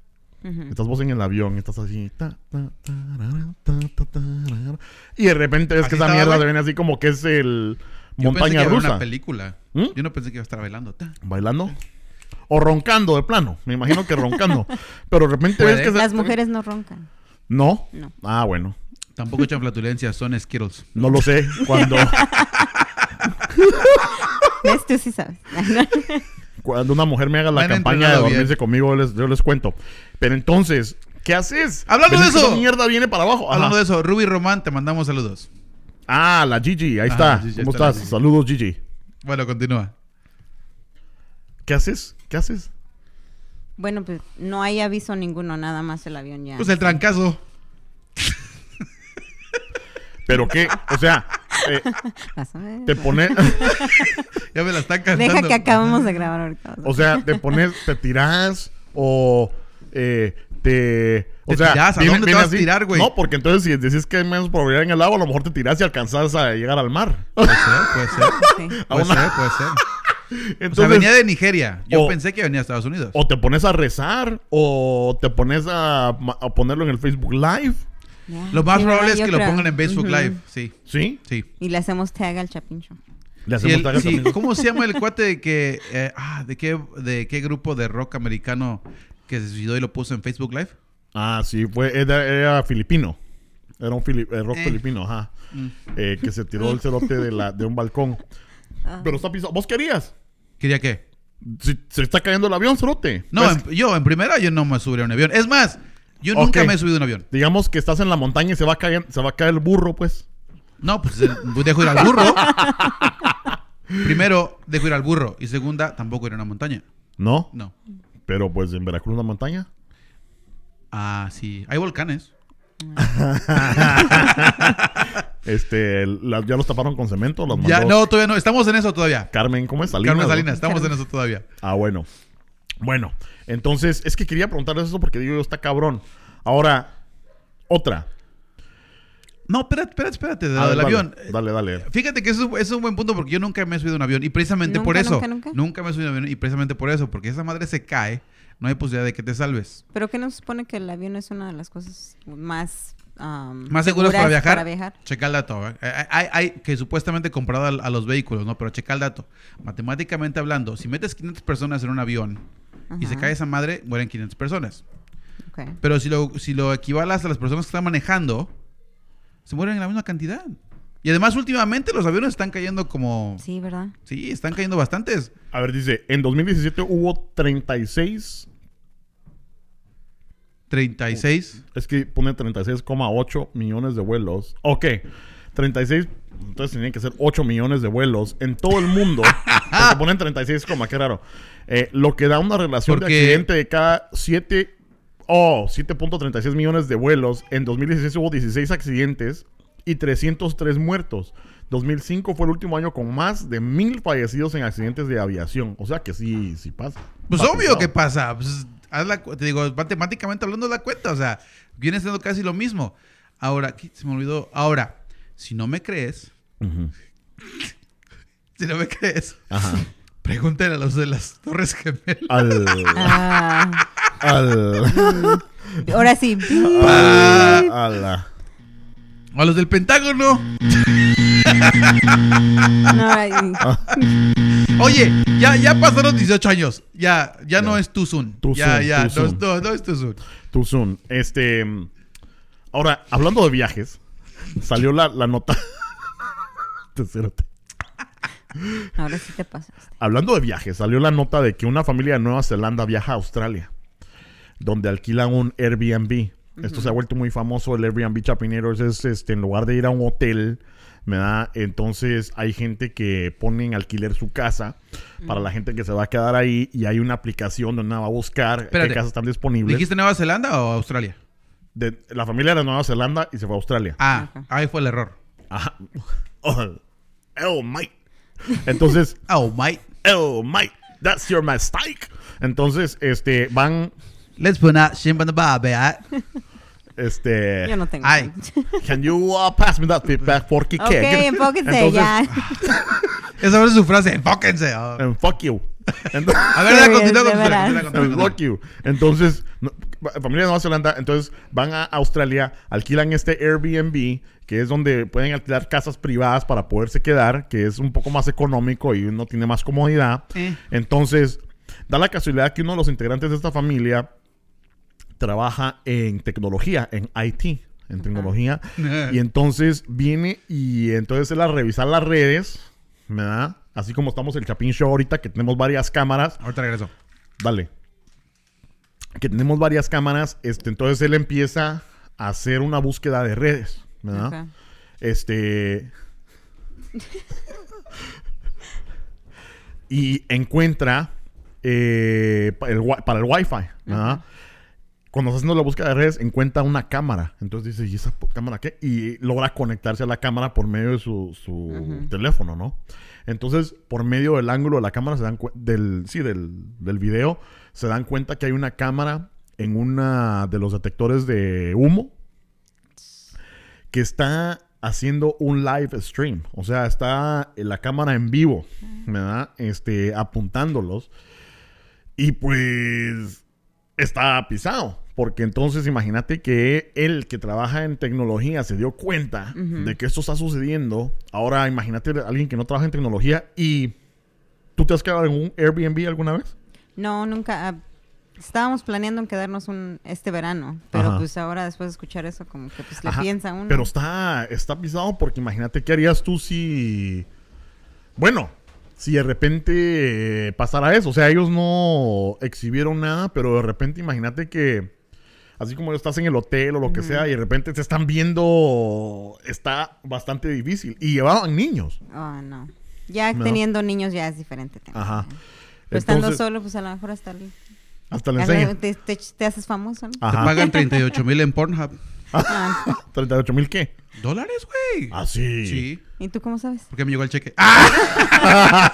[SPEAKER 3] Ujú.
[SPEAKER 1] Estás vos en el avión, estás así. ta, ta, tarara, ta, ta, tarara. y de repente ves
[SPEAKER 2] Así
[SPEAKER 1] que esa
[SPEAKER 2] estaba,
[SPEAKER 1] mierda
[SPEAKER 2] güey.
[SPEAKER 1] se viene así como que es el
[SPEAKER 2] Yo
[SPEAKER 1] montaña
[SPEAKER 2] pensé que iba a haber
[SPEAKER 1] rusa.
[SPEAKER 2] una película.
[SPEAKER 1] ¿Mm?
[SPEAKER 2] Yo no pensé que iba a estar bailando. Ta.
[SPEAKER 1] ¿Bailando? O roncando de plano. Me imagino que roncando. Pero de repente ves
[SPEAKER 2] Puede.
[SPEAKER 1] que. se-
[SPEAKER 3] Las mujeres no roncan.
[SPEAKER 1] No.
[SPEAKER 3] No.
[SPEAKER 1] Ah, bueno.
[SPEAKER 2] Tampoco echan flatulencias, son Skittles.
[SPEAKER 1] No lo sé. Cuando,
[SPEAKER 3] ¿Ves? Tú sí sabes.
[SPEAKER 1] cuando una mujer me haga la
[SPEAKER 2] Van a
[SPEAKER 1] campaña de
[SPEAKER 2] entrenado
[SPEAKER 1] dormirse
[SPEAKER 2] bien.
[SPEAKER 1] conmigo, yo les, yo les cuento. Pero entonces, ¿qué haces?
[SPEAKER 2] Hablando
[SPEAKER 1] ¿Ves
[SPEAKER 2] de
[SPEAKER 1] que
[SPEAKER 2] eso.
[SPEAKER 1] esa mierda viene para abajo. Ajá.
[SPEAKER 2] Hablando de eso, Ruby Román, te mandamos saludos.
[SPEAKER 1] Ah, la Gigi. Ahí
[SPEAKER 2] Ajá,
[SPEAKER 1] está.
[SPEAKER 2] la Gigi,
[SPEAKER 1] ¿Cómo
[SPEAKER 2] está la
[SPEAKER 1] estás?
[SPEAKER 2] Gigi.
[SPEAKER 1] Saludos, Gigi.
[SPEAKER 2] Bueno, continúa.
[SPEAKER 1] ¿Qué haces? ¿Qué haces?
[SPEAKER 3] bueno, pues no hay aviso ninguno, nada más el avión ya.
[SPEAKER 2] Pues el trancazo.
[SPEAKER 1] ¿Pero qué? O sea, eh,
[SPEAKER 3] Vas a ver.
[SPEAKER 1] te pones.
[SPEAKER 2] Ya me la están cantando.
[SPEAKER 3] Deja que acabamos de grabar ahorita. vas a
[SPEAKER 1] O sea, te pones. Te tirás o. eh, te. O
[SPEAKER 2] ¿Te
[SPEAKER 1] sea,
[SPEAKER 2] tirás? ¿A
[SPEAKER 1] viene-
[SPEAKER 2] dónde te
[SPEAKER 1] viene
[SPEAKER 2] vas a tirar, güey?
[SPEAKER 1] No, porque entonces si decís que hay menos probabilidad en el agua, a lo mejor te tirás y alcanzás a llegar al mar.
[SPEAKER 2] Puede ser, puede ser.
[SPEAKER 3] ver. Sí.
[SPEAKER 1] A
[SPEAKER 2] Puede
[SPEAKER 1] una-
[SPEAKER 2] ser, puede ser. O sea,
[SPEAKER 1] Entonces, Oh.
[SPEAKER 2] venía de Nigeria. Yo
[SPEAKER 1] O-
[SPEAKER 2] pensé que venía de Estados Unidos.
[SPEAKER 1] o te pones a rezar, o te pones a, ma- a ponerlo en el Facebook Live.
[SPEAKER 3] Ya.
[SPEAKER 2] Lo más
[SPEAKER 3] Sí,
[SPEAKER 2] probable
[SPEAKER 3] ¿verdad?
[SPEAKER 2] es
[SPEAKER 3] Yo
[SPEAKER 2] que lo
[SPEAKER 3] creo.
[SPEAKER 2] pongan en Facebook
[SPEAKER 3] Ujú.
[SPEAKER 2] Live. Sí,
[SPEAKER 1] ¿Sí?
[SPEAKER 2] sí.
[SPEAKER 3] Y le hacemos tag al chapincho.
[SPEAKER 1] Le
[SPEAKER 2] Sí,
[SPEAKER 1] hacemos
[SPEAKER 2] el-
[SPEAKER 1] tag a
[SPEAKER 2] sí,
[SPEAKER 1] Camilo.
[SPEAKER 2] ¿Cómo se llama el cuate de que eh, ah, de qué de qué grupo de rock americano que se suicidó y lo puso en Facebook Live?
[SPEAKER 1] Ah, sí, fue, era, era filipino. Era un fili- eh, rock
[SPEAKER 2] Eh.
[SPEAKER 1] filipino, ajá. Eh, que se tiró el cerote de, la, de un balcón.
[SPEAKER 2] Ah.
[SPEAKER 1] Pero está pisado. ¿Vos querías?
[SPEAKER 2] ¿Quería qué?
[SPEAKER 1] Si- se está cayendo el avión, cerote.
[SPEAKER 2] No,
[SPEAKER 1] Pues,
[SPEAKER 2] en- yo en primera yo no me subiría a un avión. Es más, yo
[SPEAKER 1] Ok.
[SPEAKER 2] nunca me he subido a un avión.
[SPEAKER 1] digamos que estás en la montaña y se va a caer, se va a caer el burro, pues.
[SPEAKER 2] No, pues eh, dejo ir al burro. Primero, dejo ir al burro. Y segunda, tampoco ir a una montaña.
[SPEAKER 1] ¿No?
[SPEAKER 2] No.
[SPEAKER 1] Pero pues en Veracruz una montaña.
[SPEAKER 2] Ah, sí. Hay volcanes.
[SPEAKER 1] Este, la- ya los taparon con cemento, los mandó
[SPEAKER 2] Ya, no, todavía no. Estamos en eso todavía.
[SPEAKER 1] Carmen, ¿cómo es?
[SPEAKER 2] Carmen
[SPEAKER 1] ¿no?
[SPEAKER 2] Salinas, estamos en eso todavía.
[SPEAKER 1] Ah, bueno. Bueno, entonces, es que quería preguntarles eso porque digo yo, está cabrón. Ahora, otra.
[SPEAKER 2] No, espérate, espérate, espérate. de
[SPEAKER 1] A
[SPEAKER 2] lo
[SPEAKER 1] ver,
[SPEAKER 2] del
[SPEAKER 1] dale,
[SPEAKER 2] avión.
[SPEAKER 1] Dale, dale.
[SPEAKER 2] Fíjate que eso, eso es un buen punto porque yo nunca me he subido a un avión y precisamente
[SPEAKER 3] Nunca,
[SPEAKER 2] por eso.
[SPEAKER 3] nunca, nunca.
[SPEAKER 2] me he subido a un avión y precisamente por eso, porque esa madre se cae, no hay posibilidad de que te salves.
[SPEAKER 3] ¿Pero qué nos supone que el avión es una de las cosas más... am,
[SPEAKER 2] Más seguros para viajar.
[SPEAKER 3] Para viajar.
[SPEAKER 2] Checa el dato. ¿eh? Hay, hay- hay- que supuestamente comparado al- a, los vehículos, ¿no? Pero checa el dato. Matemáticamente hablando, si metes 500 personas en un avión y se
[SPEAKER 3] Ajá.
[SPEAKER 2] cae esa madre, mueren 500 personas.
[SPEAKER 3] Ok.
[SPEAKER 2] Pero si lo, si lo equivalas a las personas que están manejando, se mueren en la misma cantidad. Y además últimamente los aviones están cayendo como...
[SPEAKER 3] Sí, ¿verdad?
[SPEAKER 2] Sí, están cayendo bastantes.
[SPEAKER 1] A ver, dice, en 2017 hubo 36,
[SPEAKER 2] 36.
[SPEAKER 1] es que pone 36,8 millones de vuelos. Ok, 36, entonces tenían que ser 8 millones de vuelos en todo el mundo. porque ponen 36, coma, qué raro. Eh, lo que da una relación
[SPEAKER 2] Porque-
[SPEAKER 1] de accidente de cada 7, oh, 7.36 millones de vuelos. En 2016 hubo 16 accidentes y 303 muertos. 2005 fue el último año con más de mil fallecidos en accidentes de aviación. O sea que sí, sí pasa.
[SPEAKER 2] Pues
[SPEAKER 1] Está
[SPEAKER 2] obvio que
[SPEAKER 1] pesado.
[SPEAKER 2] pasa. Pues, haz la cu- te digo, matemáticamente hablando, haz la cuenta. O sea, viene siendo casi lo mismo. Ahora, aquí se me olvidó. Ahora, si no me crees,
[SPEAKER 1] Ujú.
[SPEAKER 2] si no me crees,
[SPEAKER 1] Ajá.
[SPEAKER 2] pregúntale a los de las Torres Gemelas.
[SPEAKER 1] Al,
[SPEAKER 3] Ah,
[SPEAKER 1] al,
[SPEAKER 3] ahora sí.
[SPEAKER 1] al, al-
[SPEAKER 2] O a los del Pentágono.
[SPEAKER 3] No, ahora sí.
[SPEAKER 2] Oye, ya, ya pasaron 18 años. Ya, ya no es tu Zoom.
[SPEAKER 1] Tu
[SPEAKER 2] ya,
[SPEAKER 1] Zoom,
[SPEAKER 2] ya,
[SPEAKER 1] tu
[SPEAKER 2] no,
[SPEAKER 1] Zoom.
[SPEAKER 2] no, no es tu Zoom.
[SPEAKER 1] Too soon. Este. Ahora, hablando de viajes, salió la, la nota. Te cerote.
[SPEAKER 3] ahora sí te pasaste.
[SPEAKER 1] hablando de viajes, salió la nota de que una familia de Nueva Zelanda viaja a Australia, donde alquilan un Airbnb. Esto se ha vuelto muy famoso, el Airbnb Chapineros es este, en lugar de ir a un hotel, ¿verdad? Entonces hay gente que pone en alquiler su casa para la gente que se va a quedar ahí y hay una aplicación donde una va a buscar
[SPEAKER 2] Espérate.
[SPEAKER 1] qué casas están disponibles.
[SPEAKER 2] ¿Dijiste Nueva Zelanda o Australia?
[SPEAKER 1] De- la familia era de Nueva Zelanda y se fue a Australia.
[SPEAKER 2] Ah,
[SPEAKER 3] Ajá.
[SPEAKER 2] ahí fue el error.
[SPEAKER 1] Ajá. Oh, oh, my. Entonces,
[SPEAKER 2] Oh, my.
[SPEAKER 1] oh, my. That's your mistake. Entonces, este, van,
[SPEAKER 2] Let's put a shimp on the baby, eh?
[SPEAKER 1] este...
[SPEAKER 3] Yo no tengo.
[SPEAKER 2] Ay.
[SPEAKER 1] Can you uh, pass me that feedback for
[SPEAKER 3] Ok, enfóquense
[SPEAKER 1] Entonces, ah,
[SPEAKER 3] ya.
[SPEAKER 2] Esa fue su frase. Enfóquense. oh.
[SPEAKER 1] and fuck you. Entonces,
[SPEAKER 2] A ver, ya,
[SPEAKER 3] Sí,
[SPEAKER 2] continúa
[SPEAKER 3] de
[SPEAKER 2] con tu historia, continúa, continúa,
[SPEAKER 3] veras.
[SPEAKER 1] and
[SPEAKER 2] continúa.
[SPEAKER 1] fuck you. Entonces, no- familia de Nueva Zelanda, entonces van a Australia, alquilan este Airbnb, que es donde pueden alquilar casas privadas para poderse quedar, que es un poco más económico y uno tiene más comodidad.
[SPEAKER 2] Eh.
[SPEAKER 1] Entonces, da la casualidad que uno de los integrantes de esta familia trabaja en tecnología, en IT, en tecnología. Y entonces viene y entonces él a revisar las redes, ¿verdad? Así como estamos el Chapin Show ahorita, que tenemos varias cámaras.
[SPEAKER 2] Ahorita regreso.
[SPEAKER 1] Dale. Que tenemos varias cámaras. Este, entonces él empieza a hacer una búsqueda de redes, ¿verdad?
[SPEAKER 3] Ok.
[SPEAKER 1] Este. y encuentra eh, pa- el wi- para el Wi-Fi. ¿verdad? Cuando está haciendo la búsqueda de redes, encuentra una cámara. Entonces dice, ¿y esa po- cámara qué? Y logra conectarse a la cámara por medio de su, su teléfono, ¿no? Entonces, por medio del ángulo de la cámara, se dan cuen- del, sí, del, del video, se dan cuenta que hay una cámara en una de los detectores de humo que está haciendo un live stream. O sea, está en la cámara en vivo, ¿verdad? Este, apuntándolos. Y pues está pisado. Porque entonces imagínate que él que trabaja en tecnología se dio cuenta
[SPEAKER 3] Ujú.
[SPEAKER 1] de que esto está sucediendo. Ahora imagínate a alguien que no trabaja en tecnología y tú te has quedado en un Airbnb alguna vez.
[SPEAKER 3] No, nunca. ah, estábamos planeando en quedarnos un, este verano, pero
[SPEAKER 1] Ajá.
[SPEAKER 3] pues ahora después de escuchar eso, como que pues le
[SPEAKER 1] Ajá,
[SPEAKER 3] piensa uno.
[SPEAKER 1] Pero está, está pisado porque imagínate qué harías tú si... Bueno, si de repente eh, pasara eso. O sea, ellos no exhibieron nada, pero de repente imagínate que... Así como estás en el hotel o lo que sea y de repente te están viendo... Está bastante difícil. Y llevaban niños.
[SPEAKER 3] Ah, no. Ya
[SPEAKER 1] No.
[SPEAKER 3] teniendo niños ya es diferente. también.
[SPEAKER 1] Ajá.
[SPEAKER 3] Pero estando
[SPEAKER 1] Entonces,
[SPEAKER 3] solo, pues a lo mejor hasta el-
[SPEAKER 1] Hasta le
[SPEAKER 3] a lo-
[SPEAKER 1] enseñan.
[SPEAKER 3] te, te- te haces famoso, ¿no?
[SPEAKER 2] Te
[SPEAKER 1] Ajá.
[SPEAKER 2] pagan 38 mil en Pornhub.
[SPEAKER 3] Ah,
[SPEAKER 1] 38 mil qué.
[SPEAKER 2] ¿Dólares, güey?
[SPEAKER 1] Ah, sí.
[SPEAKER 2] Sí.
[SPEAKER 3] ¿Y tú cómo sabes?
[SPEAKER 2] Porque me llegó el cheque. ¡Ah!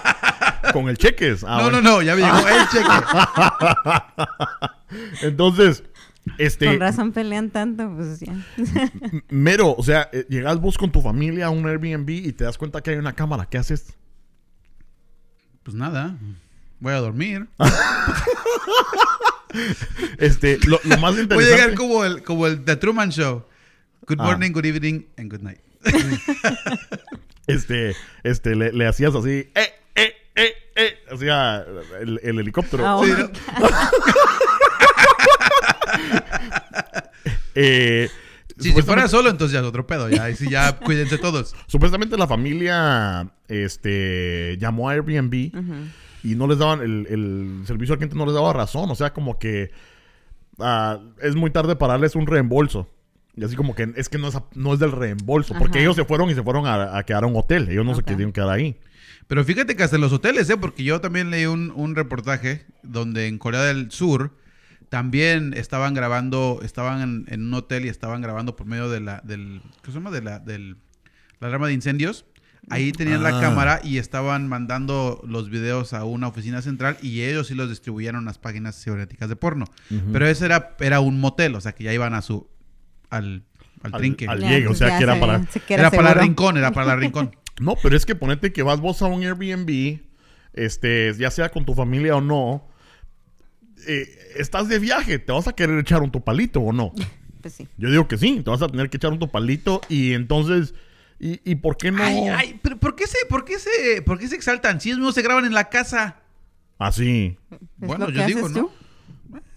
[SPEAKER 1] Con el cheques. Ah,
[SPEAKER 2] no,
[SPEAKER 1] bueno.
[SPEAKER 2] no, no, ya me llegó el cheque.
[SPEAKER 1] Entonces, este...
[SPEAKER 3] Con razón pelean tanto, pues ya.
[SPEAKER 1] M- Mero, o sea, eh, llegas vos con tu familia a un Airbnb y te das cuenta que hay una cámara. ¿Qué haces?
[SPEAKER 2] Pues nada. Voy a dormir.
[SPEAKER 1] Este, lo, lo más interesante.
[SPEAKER 2] Voy a llegar como el, como el The Truman Show. Good
[SPEAKER 1] Ah.
[SPEAKER 2] morning, good evening, and good night.
[SPEAKER 1] Este, este, le, le hacías así, eh, eh, eh, eh. Hacía el, el helicóptero.
[SPEAKER 3] Ah,
[SPEAKER 2] Sí,
[SPEAKER 3] oh,
[SPEAKER 2] ¿no?
[SPEAKER 1] Eh,
[SPEAKER 2] Si, si
[SPEAKER 1] supuestamente-
[SPEAKER 2] fuera solo, entonces ya es otro pedo. Ya, y si ya cuídense todos.
[SPEAKER 1] Supuestamente la familia este, llamó a Airbnb y no les daban, el, el servicio al cliente no les daba razón. O sea, como que ah, es muy tarde para darles un reembolso. Y así como que es que no es, no es del reembolso. Porque
[SPEAKER 3] Ajá.
[SPEAKER 1] ellos se fueron y se fueron a, a quedar a un hotel. Ellos no
[SPEAKER 3] Ok.
[SPEAKER 1] se querían quedar ahí.
[SPEAKER 2] Pero fíjate que hasta en los hoteles, ¿eh? Porque yo también leí un, un reportaje donde en Corea del Sur también estaban grabando, estaban en, en un hotel y estaban grabando por medio de la, del, ¿qué se llama? De la, del, la alarma de incendios. Ahí tenían la
[SPEAKER 1] Ah.
[SPEAKER 2] cámara y estaban mandando los videos a una oficina central y ellos sí los distribuyeron a las páginas cibernéticas de porno. Pero ese era, era un motel, o sea que ya iban a su, al, al,
[SPEAKER 1] Al-
[SPEAKER 2] trinque.
[SPEAKER 1] al-
[SPEAKER 3] ya,
[SPEAKER 1] llegue, o sea,
[SPEAKER 3] ya
[SPEAKER 1] que era
[SPEAKER 3] sabía,
[SPEAKER 1] para-
[SPEAKER 3] se- que
[SPEAKER 2] Era para la
[SPEAKER 3] seguro.
[SPEAKER 2] rincón, era para la rincón.
[SPEAKER 1] No, pero es que ponete que vas vos a un Airbnb, este, ya sea con tu familia o no. eh, estás de viaje, te vas a querer echar un topalito o no.
[SPEAKER 3] Pues sí.
[SPEAKER 1] Yo digo que sí, te vas a tener que echar un topalito y entonces, ¿y, y por qué no?
[SPEAKER 2] Ay, ay, pero ¿por qué se, por qué se, por qué se exaltan? Si ellos mismos se graban en la casa.
[SPEAKER 1] Así,
[SPEAKER 3] ¿Es
[SPEAKER 2] Bueno,
[SPEAKER 3] lo
[SPEAKER 2] yo
[SPEAKER 3] que
[SPEAKER 2] digo,
[SPEAKER 3] haces
[SPEAKER 2] ¿no?
[SPEAKER 3] tú?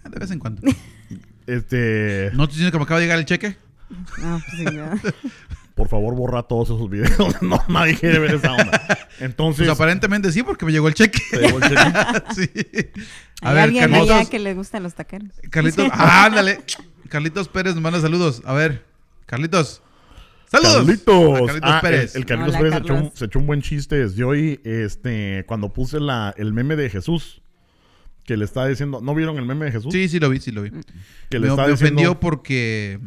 [SPEAKER 2] Ah, De vez en cuando.
[SPEAKER 1] este,
[SPEAKER 2] ¿No te diciendo que me acaba de llegar el cheque?
[SPEAKER 3] No, pues sí, ya.
[SPEAKER 1] por favor borra todos esos videos, no, nadie quiere ver esa onda. Entonces,
[SPEAKER 2] Pues aparentemente sí, porque me llegó el cheque. Ah,
[SPEAKER 1] te devuelvo el cheque.
[SPEAKER 2] Sí. A
[SPEAKER 3] Hay
[SPEAKER 2] ver,
[SPEAKER 3] alguien
[SPEAKER 2] Carlitos.
[SPEAKER 3] allá que le gustan los taqueros.
[SPEAKER 2] Carlitos, ah, ándale. Carlitos Pérez nos manda saludos. A ver, Carlitos. ¡Saludos!
[SPEAKER 1] Carlitos,
[SPEAKER 2] A Carlitos
[SPEAKER 1] Ah,
[SPEAKER 2] Pérez.
[SPEAKER 1] El, el Carlitos
[SPEAKER 3] Hola,
[SPEAKER 1] Pérez se echó,
[SPEAKER 3] Carlos.
[SPEAKER 1] un, se echó un buen chiste desde hoy, este, cuando puse la, el meme de Jesús, que le está diciendo, ¿no vieron el meme de Jesús?
[SPEAKER 2] Sí, sí, lo vi, sí lo vi.
[SPEAKER 1] Que le
[SPEAKER 2] me
[SPEAKER 1] está
[SPEAKER 2] me
[SPEAKER 1] diciendo
[SPEAKER 2] ofendió porque,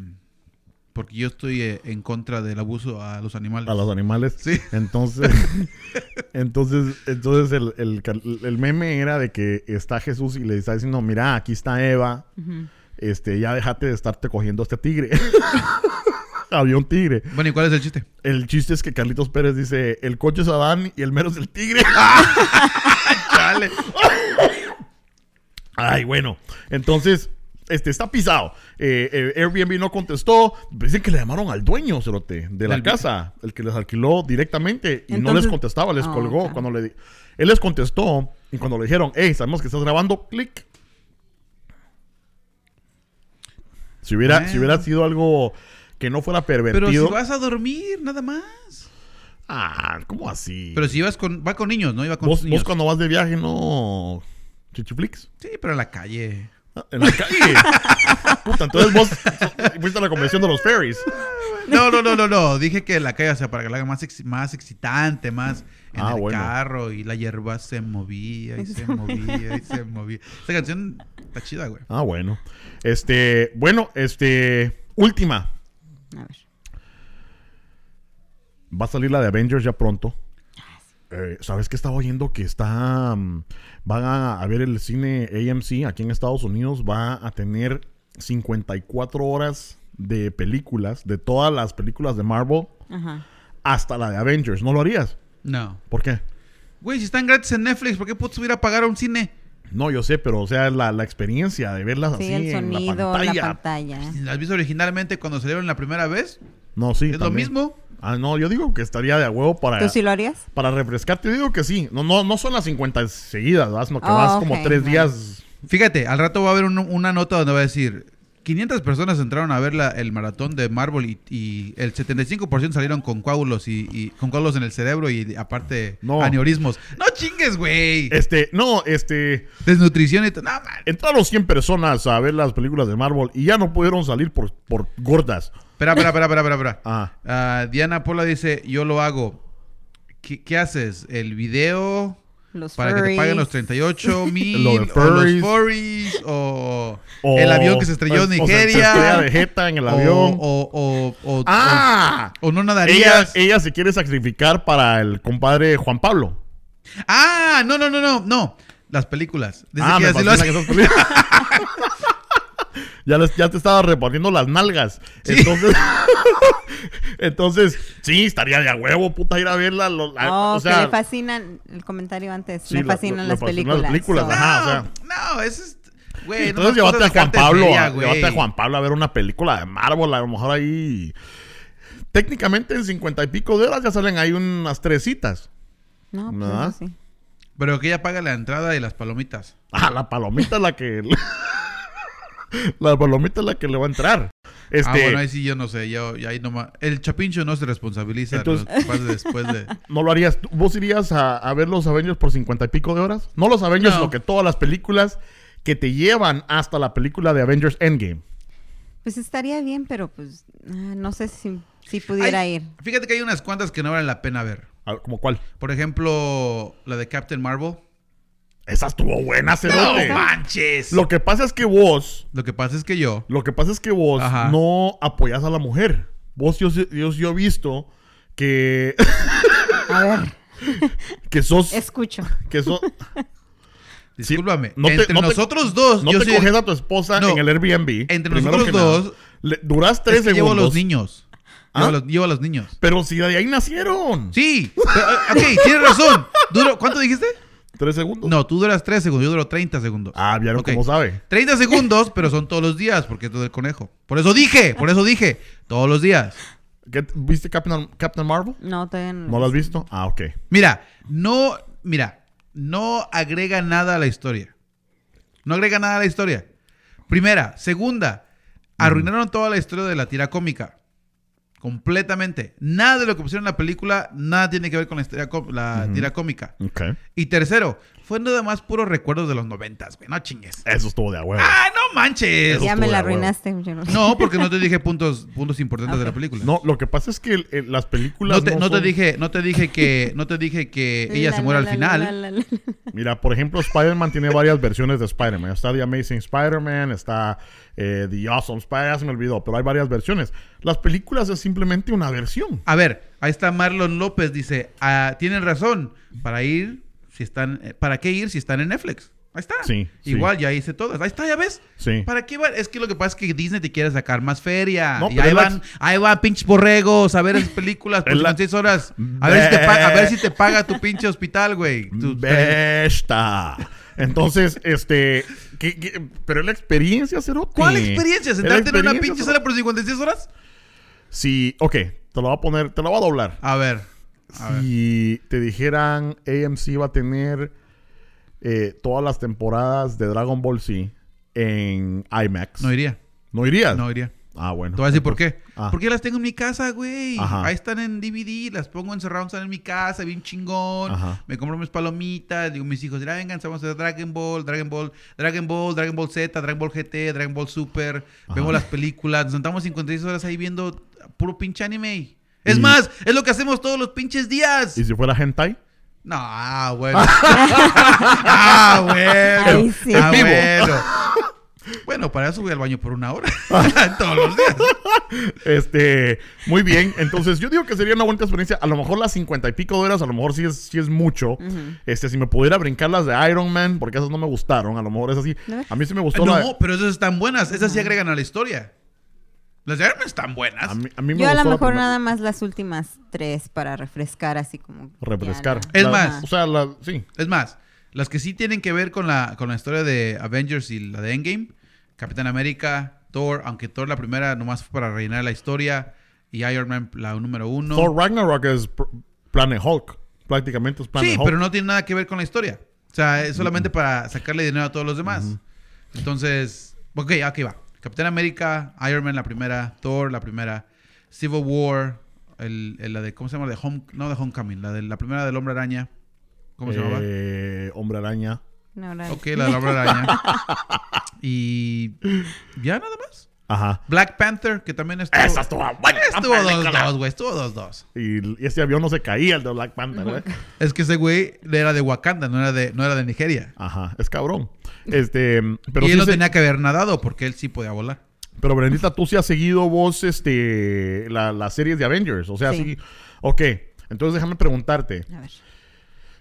[SPEAKER 2] porque yo estoy eh, en contra del abuso a los animales.
[SPEAKER 1] a los animales.
[SPEAKER 2] Sí.
[SPEAKER 1] Entonces, entonces, entonces el, el car- el meme era de que está Jesús y le está diciendo, mira, aquí está Eva, este, ya déjate de estarte cogiendo a este tigre. Había un tigre.
[SPEAKER 2] Bueno, ¿y cuál es el chiste?
[SPEAKER 1] El chiste es que Carlitos Pérez dice, el coche es Adán y el mero es el tigre.
[SPEAKER 2] Chale.
[SPEAKER 1] Ay, bueno. Entonces, este está pisado. Eh, eh, Airbnb no contestó. Dicen que le llamaron al dueño, cerote, de la
[SPEAKER 2] Del-
[SPEAKER 1] casa, el que les alquiló directamente y no les
[SPEAKER 3] Entonces-
[SPEAKER 1] contestaba, les
[SPEAKER 3] Ah,
[SPEAKER 1] colgó.
[SPEAKER 3] ok.
[SPEAKER 1] Cuando le di- él les contestó y cuando le dijeron, hey, sabemos que estás grabando, clic. Si hubiera,
[SPEAKER 2] Bueno.
[SPEAKER 1] si hubiera sido algo que no fuera pervertido.
[SPEAKER 2] Pero si vas a dormir, nada más.
[SPEAKER 1] Ah, ¿cómo así?
[SPEAKER 2] Pero si ibas con, va con niños, ¿no? Iba con
[SPEAKER 1] ¿Vos,
[SPEAKER 2] niños.
[SPEAKER 1] vos cuando vas de viaje no. Chichiflix. Ah,
[SPEAKER 2] Sí, pero en la calle.
[SPEAKER 1] En la calle. Puta, entonces vos fuiste a la convención de los ferries.
[SPEAKER 2] No, no, no, no, no. Dije que en la calle, o sea, para que la haga más, ex- más excitante, más en
[SPEAKER 1] Ah,
[SPEAKER 2] el
[SPEAKER 1] bueno.
[SPEAKER 2] carro y la hierba se movía y se movía y se movía. Esta canción está chida, güey.
[SPEAKER 1] Ah, bueno. Este, bueno, este, última.
[SPEAKER 3] A ver.
[SPEAKER 1] Va a salir la de Avengers ya pronto. Eh, ¿Sabes qué estaba oyendo? Que está. mm, van a, a ver el cine AMC aquí en Estados Unidos. Va a tener 54 horas de películas, de todas las películas de Marvel,
[SPEAKER 3] Ajá.
[SPEAKER 1] hasta la de Avengers. ¿No lo harías?
[SPEAKER 2] No.
[SPEAKER 1] ¿Por qué?
[SPEAKER 2] Güey, si están gratis en Netflix, ¿por qué puedo subir a pagar a un cine?
[SPEAKER 1] No, yo sé, pero o sea, la, la experiencia de verlas
[SPEAKER 3] Sí,
[SPEAKER 1] así
[SPEAKER 3] el
[SPEAKER 1] Ah, en
[SPEAKER 3] sonido,
[SPEAKER 1] la pantalla.
[SPEAKER 3] la pantalla.
[SPEAKER 2] ¿Las viste originalmente cuando salieron la primera vez?
[SPEAKER 1] No, sí.
[SPEAKER 2] ¿Es lo
[SPEAKER 1] también.
[SPEAKER 2] mismo?
[SPEAKER 1] Ah, no, yo digo que estaría de a huevo para,
[SPEAKER 3] ¿Tú sí lo harías?
[SPEAKER 1] para refrescarte. Yo digo que sí. No, no, no son las 50 seguidas, ¿verdad? Sino que
[SPEAKER 3] Oh,
[SPEAKER 1] vas
[SPEAKER 3] ok,
[SPEAKER 1] como tres
[SPEAKER 3] bueno.
[SPEAKER 1] días.
[SPEAKER 2] Fíjate, al rato va a haber un- una nota donde va a decir: 500 personas entraron a ver la- el maratón de Marvel y, y el 75% salieron con coágulos y, y- con coágulos en el cerebro y aparte
[SPEAKER 1] No.
[SPEAKER 2] aneurismos. No chingues, güey.
[SPEAKER 1] Este, no, este.
[SPEAKER 2] Desnutrición y todo. No, man.
[SPEAKER 1] Entraron 100 personas a ver las películas de Marvel y ya no pudieron salir por, por gordas.
[SPEAKER 2] Espera, espera, espera, espera, espera, espera.
[SPEAKER 1] Ah,
[SPEAKER 2] Ah, Diana Pola dice: Yo lo hago. ¿Qué, qué haces? ¿El video?
[SPEAKER 3] Los
[SPEAKER 2] Para que te paguen los
[SPEAKER 3] furries.
[SPEAKER 2] 38 mil,
[SPEAKER 1] Lo de
[SPEAKER 2] o los
[SPEAKER 1] furries.
[SPEAKER 2] furries, o,
[SPEAKER 1] o- pues,
[SPEAKER 2] el avión que se estrelló en
[SPEAKER 1] o se- se
[SPEAKER 2] Nigeria,
[SPEAKER 1] estrella de jeta en el avión.
[SPEAKER 2] o, o, o- o-
[SPEAKER 1] ¡Ah!
[SPEAKER 2] o no
[SPEAKER 1] Ella,
[SPEAKER 2] nadarías.
[SPEAKER 1] ella se quiere sacrificar para el compadre Juan Pablo.
[SPEAKER 2] Ah, no, no, no, no, no. Las películas. Dice
[SPEAKER 1] Ah,
[SPEAKER 2] que
[SPEAKER 1] me
[SPEAKER 2] así lo
[SPEAKER 1] fascina
[SPEAKER 2] hace.
[SPEAKER 1] que esas películas- ya, les- ya te estaba repartiendo las nalgas. Entonces, entonces, sí, estaría de a huevo, puta, ir a verla. lo- la-
[SPEAKER 3] Oh,
[SPEAKER 1] ah, o sea,
[SPEAKER 3] que le fascinan, el comentario antes,
[SPEAKER 1] Sí,
[SPEAKER 3] me
[SPEAKER 1] la-
[SPEAKER 3] fascinan
[SPEAKER 1] le
[SPEAKER 3] las,
[SPEAKER 1] fascinan
[SPEAKER 3] películas, Ah,
[SPEAKER 1] las películas,
[SPEAKER 3] so-
[SPEAKER 1] ajá. o
[SPEAKER 2] No, eso es. Güey,
[SPEAKER 1] entonces
[SPEAKER 2] nomás
[SPEAKER 1] llévate
[SPEAKER 2] cosas
[SPEAKER 1] a
[SPEAKER 2] de
[SPEAKER 1] Juan
[SPEAKER 2] carta
[SPEAKER 1] Pablo,
[SPEAKER 2] fría,
[SPEAKER 1] a-
[SPEAKER 2] güey.
[SPEAKER 1] llévate a Juan Pablo a ver una película de Marvel, a lo mejor ahí. Técnicamente en cincuenta y pico de horas ya salen ahí unas tres citas.
[SPEAKER 3] No, pues
[SPEAKER 1] Nada.
[SPEAKER 3] eso sí.
[SPEAKER 2] Pero que ella paga la entrada y las palomitas.
[SPEAKER 1] Ah, la palomita es la que. la palomita es la que le va a entrar. Este,
[SPEAKER 2] Ah, bueno, ahí sí yo no sé. Yo, yo ahí nomás. El chapincho no se responsabiliza de lo
[SPEAKER 1] Entonces-
[SPEAKER 2] que pasa después de.
[SPEAKER 1] No lo harías. ¿Tú- ¿Vos irías a, a ver los Avengers por cincuenta y pico de horas? No los Avengers,
[SPEAKER 2] No.
[SPEAKER 1] sino que todas las películas que te llevan hasta la película de Avengers Endgame.
[SPEAKER 3] Pues estaría bien, pero pues ah, no sé si, si pudiera
[SPEAKER 2] Hay-
[SPEAKER 3] ir.
[SPEAKER 2] Fíjate que hay unas cuantas que no valen la pena ver.
[SPEAKER 1] A ver, Ah, ¿Como cuál?
[SPEAKER 2] Por ejemplo, la de Captain Marvel.
[SPEAKER 1] Esa estuvo buena, cerote.
[SPEAKER 2] manches! Lo,
[SPEAKER 1] Lo que pasa es que vos,
[SPEAKER 2] lo que pasa es que yo.
[SPEAKER 1] lo que pasa es que vos
[SPEAKER 2] Ajá.
[SPEAKER 1] no apoyas a la mujer. Vos, yo, sé- yo, yo he visto que,
[SPEAKER 3] A ver,
[SPEAKER 1] que sos,
[SPEAKER 3] escucho.
[SPEAKER 1] que sos, Sí,
[SPEAKER 2] Discúlpame.
[SPEAKER 1] no te-
[SPEAKER 2] entre
[SPEAKER 1] no te-
[SPEAKER 2] nosotros dos,
[SPEAKER 1] no
[SPEAKER 2] yo
[SPEAKER 1] te
[SPEAKER 2] sí-
[SPEAKER 1] coges a tu esposa
[SPEAKER 2] No.
[SPEAKER 1] en el Airbnb.
[SPEAKER 2] Entre
[SPEAKER 1] primero
[SPEAKER 2] nosotros
[SPEAKER 1] que nada.
[SPEAKER 2] dos,
[SPEAKER 1] Le- durás
[SPEAKER 2] es
[SPEAKER 1] tres
[SPEAKER 2] que llevo a
[SPEAKER 1] segundos.
[SPEAKER 2] los niños.
[SPEAKER 1] ¿Ah?
[SPEAKER 2] Llevo, a los, llevo a los niños.
[SPEAKER 1] Pero si de ahí nacieron.
[SPEAKER 2] Sí. pero, eh, ok, tienes razón. Duro- ¿Cuánto dijiste?
[SPEAKER 1] Tres segundos.
[SPEAKER 2] No, tú duras 3 segundos, yo duro 30 segundos.
[SPEAKER 1] Ah, vieron
[SPEAKER 2] Ok.
[SPEAKER 1] cómo sabe.
[SPEAKER 2] 30 segundos, pero son todos los días, porque es todo el conejo. Por eso dije, por eso dije, todos los días.
[SPEAKER 1] ¿Qué t- ¿Viste Captain, Captain Marvel?
[SPEAKER 3] No, todavía
[SPEAKER 2] Mm.
[SPEAKER 3] no.
[SPEAKER 1] ¿No lo has visto? Ah, ok.
[SPEAKER 2] Mira, no, mira, no agrega nada a la historia. No agrega nada a la historia. Primera, segunda, arruinaron toda la historia de la tira cómica. Completamente. Nada de lo que pusieron en la película, nada tiene que ver con la, historia có- la tira cómica.
[SPEAKER 1] Ok.
[SPEAKER 2] Y tercero, fue nada más puros recuerdos de los noventas, güey. No chingues.
[SPEAKER 1] Eso estuvo de a huevo.
[SPEAKER 2] ¡Ah, no manches!
[SPEAKER 3] ya
[SPEAKER 1] Eso
[SPEAKER 3] me
[SPEAKER 1] estuvo de
[SPEAKER 3] la
[SPEAKER 1] a huevo.
[SPEAKER 3] arruinaste. yo no-
[SPEAKER 2] No, porque no te dije puntos, puntos importantes de la película.
[SPEAKER 1] No, lo que pasa es que el- el- las películas.
[SPEAKER 2] No te, no te
[SPEAKER 1] son-
[SPEAKER 2] dije, no te dije que, no te dije que ella
[SPEAKER 3] La,
[SPEAKER 2] se muera al
[SPEAKER 3] la, la,
[SPEAKER 2] final.
[SPEAKER 3] la, la, la, la.
[SPEAKER 1] Mira, por ejemplo, Spider-Man tiene varias versiones de Spider-Man. Está The Amazing Spider-Man, está eh, The Awesome Spider-Man, ya se me olvidó, pero hay varias versiones. Las películas es simplemente una versión.
[SPEAKER 2] A ver, ahí está Marlon López, dice, "Ah, tienen razón, para ir, si están, eh, ¿para qué ir si están en Netflix? Ahí está.
[SPEAKER 1] Sí, sí.
[SPEAKER 2] Igual, ya hice todas. Ahí está, ya ves.
[SPEAKER 1] Sí.
[SPEAKER 2] ¿Para qué va? Es que lo que pasa es que Disney te quiere sacar más feria.
[SPEAKER 1] No,
[SPEAKER 2] y
[SPEAKER 1] pero
[SPEAKER 2] ahí
[SPEAKER 1] es la
[SPEAKER 2] van,
[SPEAKER 1] ex-
[SPEAKER 2] ahí van pinches borregos a ver las películas por
[SPEAKER 1] Es la-
[SPEAKER 2] 56 horas. A ver, si te
[SPEAKER 1] Bleh.
[SPEAKER 2] pa- a ver si te paga tu pinche hospital, güey. Tu-
[SPEAKER 1] Mm, Besta. Entonces, este. ¿qué- qué- pero es la experiencia, Cerote.
[SPEAKER 2] ¿Cuál experiencia?
[SPEAKER 1] Es la
[SPEAKER 2] ¿Sentarte en una
[SPEAKER 1] experiencia,
[SPEAKER 2] pinche
[SPEAKER 1] Cerote.
[SPEAKER 2] sala por 56 horas?
[SPEAKER 1] Si, ok, te lo voy a poner, te lo voy a doblar.
[SPEAKER 2] A ver. A ver.
[SPEAKER 1] Si te dijeran AMC va a tener eh, todas las temporadas de Dragon Ball Z en IMAX.
[SPEAKER 2] No iría.
[SPEAKER 1] ¿No irías?
[SPEAKER 2] No iría.
[SPEAKER 1] Ah, bueno.
[SPEAKER 2] Te voy a decir por qué.
[SPEAKER 1] Ah.
[SPEAKER 2] Porque las tengo en mi casa, güey.
[SPEAKER 1] Ajá.
[SPEAKER 2] Ahí están en DVD, las pongo encerradas, están en mi casa, bien chingón.
[SPEAKER 1] Ajá.
[SPEAKER 2] Me compro mis palomitas, digo mis hijos, dirán, vengan, vamos a hacer Dragon Ball, Dragon Ball, Dragon Ball, Dragon Ball Z, Dragon Ball GT, Dragon Ball Super. Vemos las películas, nos sentamos 56 horas ahí viendo puro pinche anime. Es
[SPEAKER 1] Y-
[SPEAKER 2] más, es lo que hacemos todos los pinches días.
[SPEAKER 1] ¿Y si fuera hentai?
[SPEAKER 2] No, ah, bueno. ah, bueno.
[SPEAKER 3] Ahí sí.
[SPEAKER 2] Ah,
[SPEAKER 1] En vivo.
[SPEAKER 2] bueno. Bueno, para eso voy al baño por una hora. Todos los días.
[SPEAKER 1] Este, muy bien. Entonces, yo digo que sería una buena experiencia. A lo mejor las cincuenta y pico de horas, a lo mejor sí es, sí es mucho. Este, si me pudiera brincar las de Iron Man, porque esas no me gustaron. A lo mejor es así.
[SPEAKER 3] ¿No?
[SPEAKER 1] A mí sí me gustó la de-
[SPEAKER 2] No, pero esas están buenas. Esas sí agregan a la historia. Las de Iron Man están buenas.
[SPEAKER 1] A mí, a mí me
[SPEAKER 3] Yo a
[SPEAKER 1] gustó
[SPEAKER 3] lo
[SPEAKER 1] la
[SPEAKER 3] mejor
[SPEAKER 1] primera.
[SPEAKER 3] nada más las últimas tres para refrescar, así como.
[SPEAKER 1] Refrescar.
[SPEAKER 3] ya,
[SPEAKER 2] Es
[SPEAKER 1] La-
[SPEAKER 2] más.
[SPEAKER 1] O sea, la- sí.
[SPEAKER 2] Es más, Las que sí tienen que ver con la, con la historia de Avengers y la de Endgame. Capitán América, Thor, aunque Thor la primera nomás fue para rellenar la historia. Y Iron Man la número uno.
[SPEAKER 1] Thor Ragnarok es pr- Planet Hulk. Prácticamente es Planet
[SPEAKER 2] sí,
[SPEAKER 1] Hulk.
[SPEAKER 2] pero no tiene nada que ver con la historia. O sea, es solamente para sacarle dinero a todos los demás. Entonces, ok, aquí va. Capitán América, Iron Man la primera, Thor la primera, Civil War, el, el- la de, ¿cómo se llama? De Home, no de Homecoming, la de la primera del Hombre Araña. ¿Cómo se llamaba?
[SPEAKER 1] Eh, Hombre Araña.
[SPEAKER 3] No, ahora-
[SPEAKER 2] Ok, la del Hombre Araña. y ya nada más.
[SPEAKER 1] Ajá.
[SPEAKER 2] Black Panther, que también estuvo...
[SPEAKER 1] Esa estuvo buena,
[SPEAKER 2] Estuvo
[SPEAKER 1] película.
[SPEAKER 2] 2-2, güey, estuvo 2-2.
[SPEAKER 1] Y, y ese avión no se caía, el de Black Panther,
[SPEAKER 2] Oh
[SPEAKER 1] ¿eh?
[SPEAKER 2] Es que ese güey era de Wakanda, no era de, no era de Nigeria.
[SPEAKER 1] Ajá, es cabrón. Este, pero
[SPEAKER 2] y él
[SPEAKER 1] sí
[SPEAKER 2] no
[SPEAKER 1] se-
[SPEAKER 2] tenía que haber nadado porque él sí podía volar.
[SPEAKER 1] Pero Brendita, tú sí has seguido vos este, la- las series de Avengers. O sea, sí.
[SPEAKER 3] Sí.
[SPEAKER 1] Ok, entonces déjame preguntarte.
[SPEAKER 3] A ver.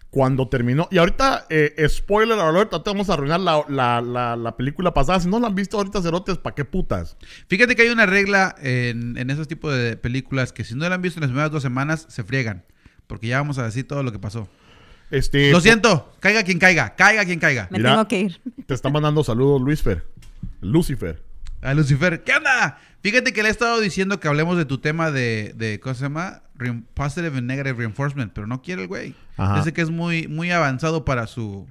[SPEAKER 1] Cuando terminó. Y ahorita, eh, spoiler alert, ahorita vamos a arruinar la, la- la- la película pasada. Si no la han visto ahorita, cerotes, ¿para qué putas?
[SPEAKER 2] Fíjate que hay una regla en, en esos tipos de películas que si no la han visto en las primeras dos semanas, se friegan. Porque ya vamos a decir todo lo que pasó.
[SPEAKER 1] Este,
[SPEAKER 2] Lo siento, caiga quien caiga, caiga quien caiga.
[SPEAKER 3] Me
[SPEAKER 1] Mira.
[SPEAKER 3] tengo que ir.
[SPEAKER 1] Te está mandando saludos, Luisfer. Lucifer.
[SPEAKER 2] A Lucifer, ¿qué onda? Fíjate que le he estado diciendo que hablemos de tu tema de, de ¿cómo se llama? Re- Positive and Negative Reinforcement, pero no quiere el güey.
[SPEAKER 1] Ajá.
[SPEAKER 2] Dice que es muy, muy avanzado para su,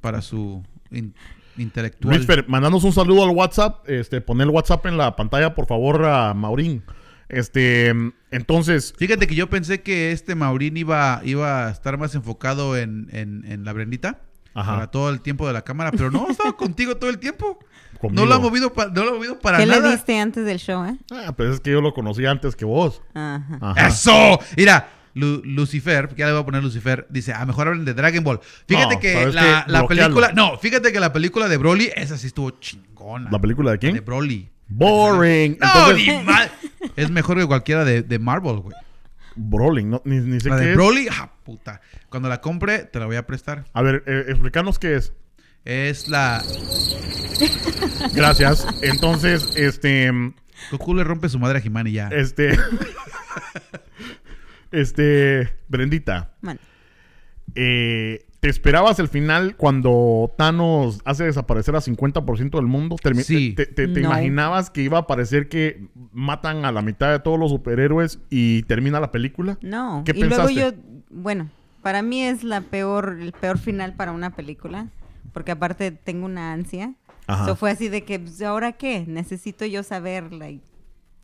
[SPEAKER 2] para su in- intelectual.
[SPEAKER 1] Luisfer, mandanos un saludo al WhatsApp. Este, pon el WhatsApp en la pantalla, por favor, a Maurín. Este, entonces,
[SPEAKER 2] Fíjate que yo pensé que este Maurín iba, iba a estar más enfocado en, en- en la Brendita.
[SPEAKER 1] Ajá.
[SPEAKER 2] Para todo el tiempo de la cámara, pero no, estaba contigo todo el tiempo.
[SPEAKER 1] Conmigo.
[SPEAKER 2] No lo ha movido, pa- no lo ha movido para
[SPEAKER 3] ¿Qué
[SPEAKER 2] nada.
[SPEAKER 3] le diste antes del show, eh?
[SPEAKER 1] ah, pues es que yo lo conocí antes que vos.
[SPEAKER 3] Ajá.
[SPEAKER 1] Ajá.
[SPEAKER 2] ¡Eso! Mira, Lu- Lucifer, ya le voy a poner Lucifer, dice, ah, mejor hablen de Dragon Ball. Fíjate
[SPEAKER 1] No,
[SPEAKER 2] que
[SPEAKER 1] ¿sabes
[SPEAKER 2] la,
[SPEAKER 1] qué?
[SPEAKER 2] la
[SPEAKER 1] Bloquealo.
[SPEAKER 2] película, no, fíjate que la película de Broly, esa sí estuvo chingona.
[SPEAKER 1] ¿La película de quién?
[SPEAKER 2] De Broly.
[SPEAKER 1] Boring.
[SPEAKER 2] No,
[SPEAKER 1] Entonces,
[SPEAKER 2] ni mal. Es mejor que cualquiera de, de Marvel, güey.
[SPEAKER 1] Brawling, no, ni, ni sé
[SPEAKER 2] La
[SPEAKER 1] qué
[SPEAKER 2] de
[SPEAKER 1] es.
[SPEAKER 2] Broly, ah, puta. Cuando la compre, te la voy a prestar.
[SPEAKER 1] A ver, eh, explícanos qué es.
[SPEAKER 2] Es la.
[SPEAKER 1] Gracias. Entonces, este,
[SPEAKER 2] Goku le rompe su madre a Jimán y ya.
[SPEAKER 1] este, este, Brendita,
[SPEAKER 3] Bueno,
[SPEAKER 1] eh, ¿te esperabas el final cuando Thanos hace desaparecer a 50% del mundo? Termi-
[SPEAKER 2] Sí.
[SPEAKER 1] ¿Te, te- te
[SPEAKER 3] No.
[SPEAKER 1] imaginabas que iba a parecer que matan a la mitad de todos los superhéroes y termina la película?
[SPEAKER 3] no.
[SPEAKER 1] ¿Qué
[SPEAKER 3] y
[SPEAKER 1] pensaste?
[SPEAKER 3] luego yo, bueno, para mí es la peor, el peor final para una película, porque aparte tengo una ansia.
[SPEAKER 1] Ajá.
[SPEAKER 3] So, fue así de que, pues, ¿ahora qué? Necesito yo saber, like,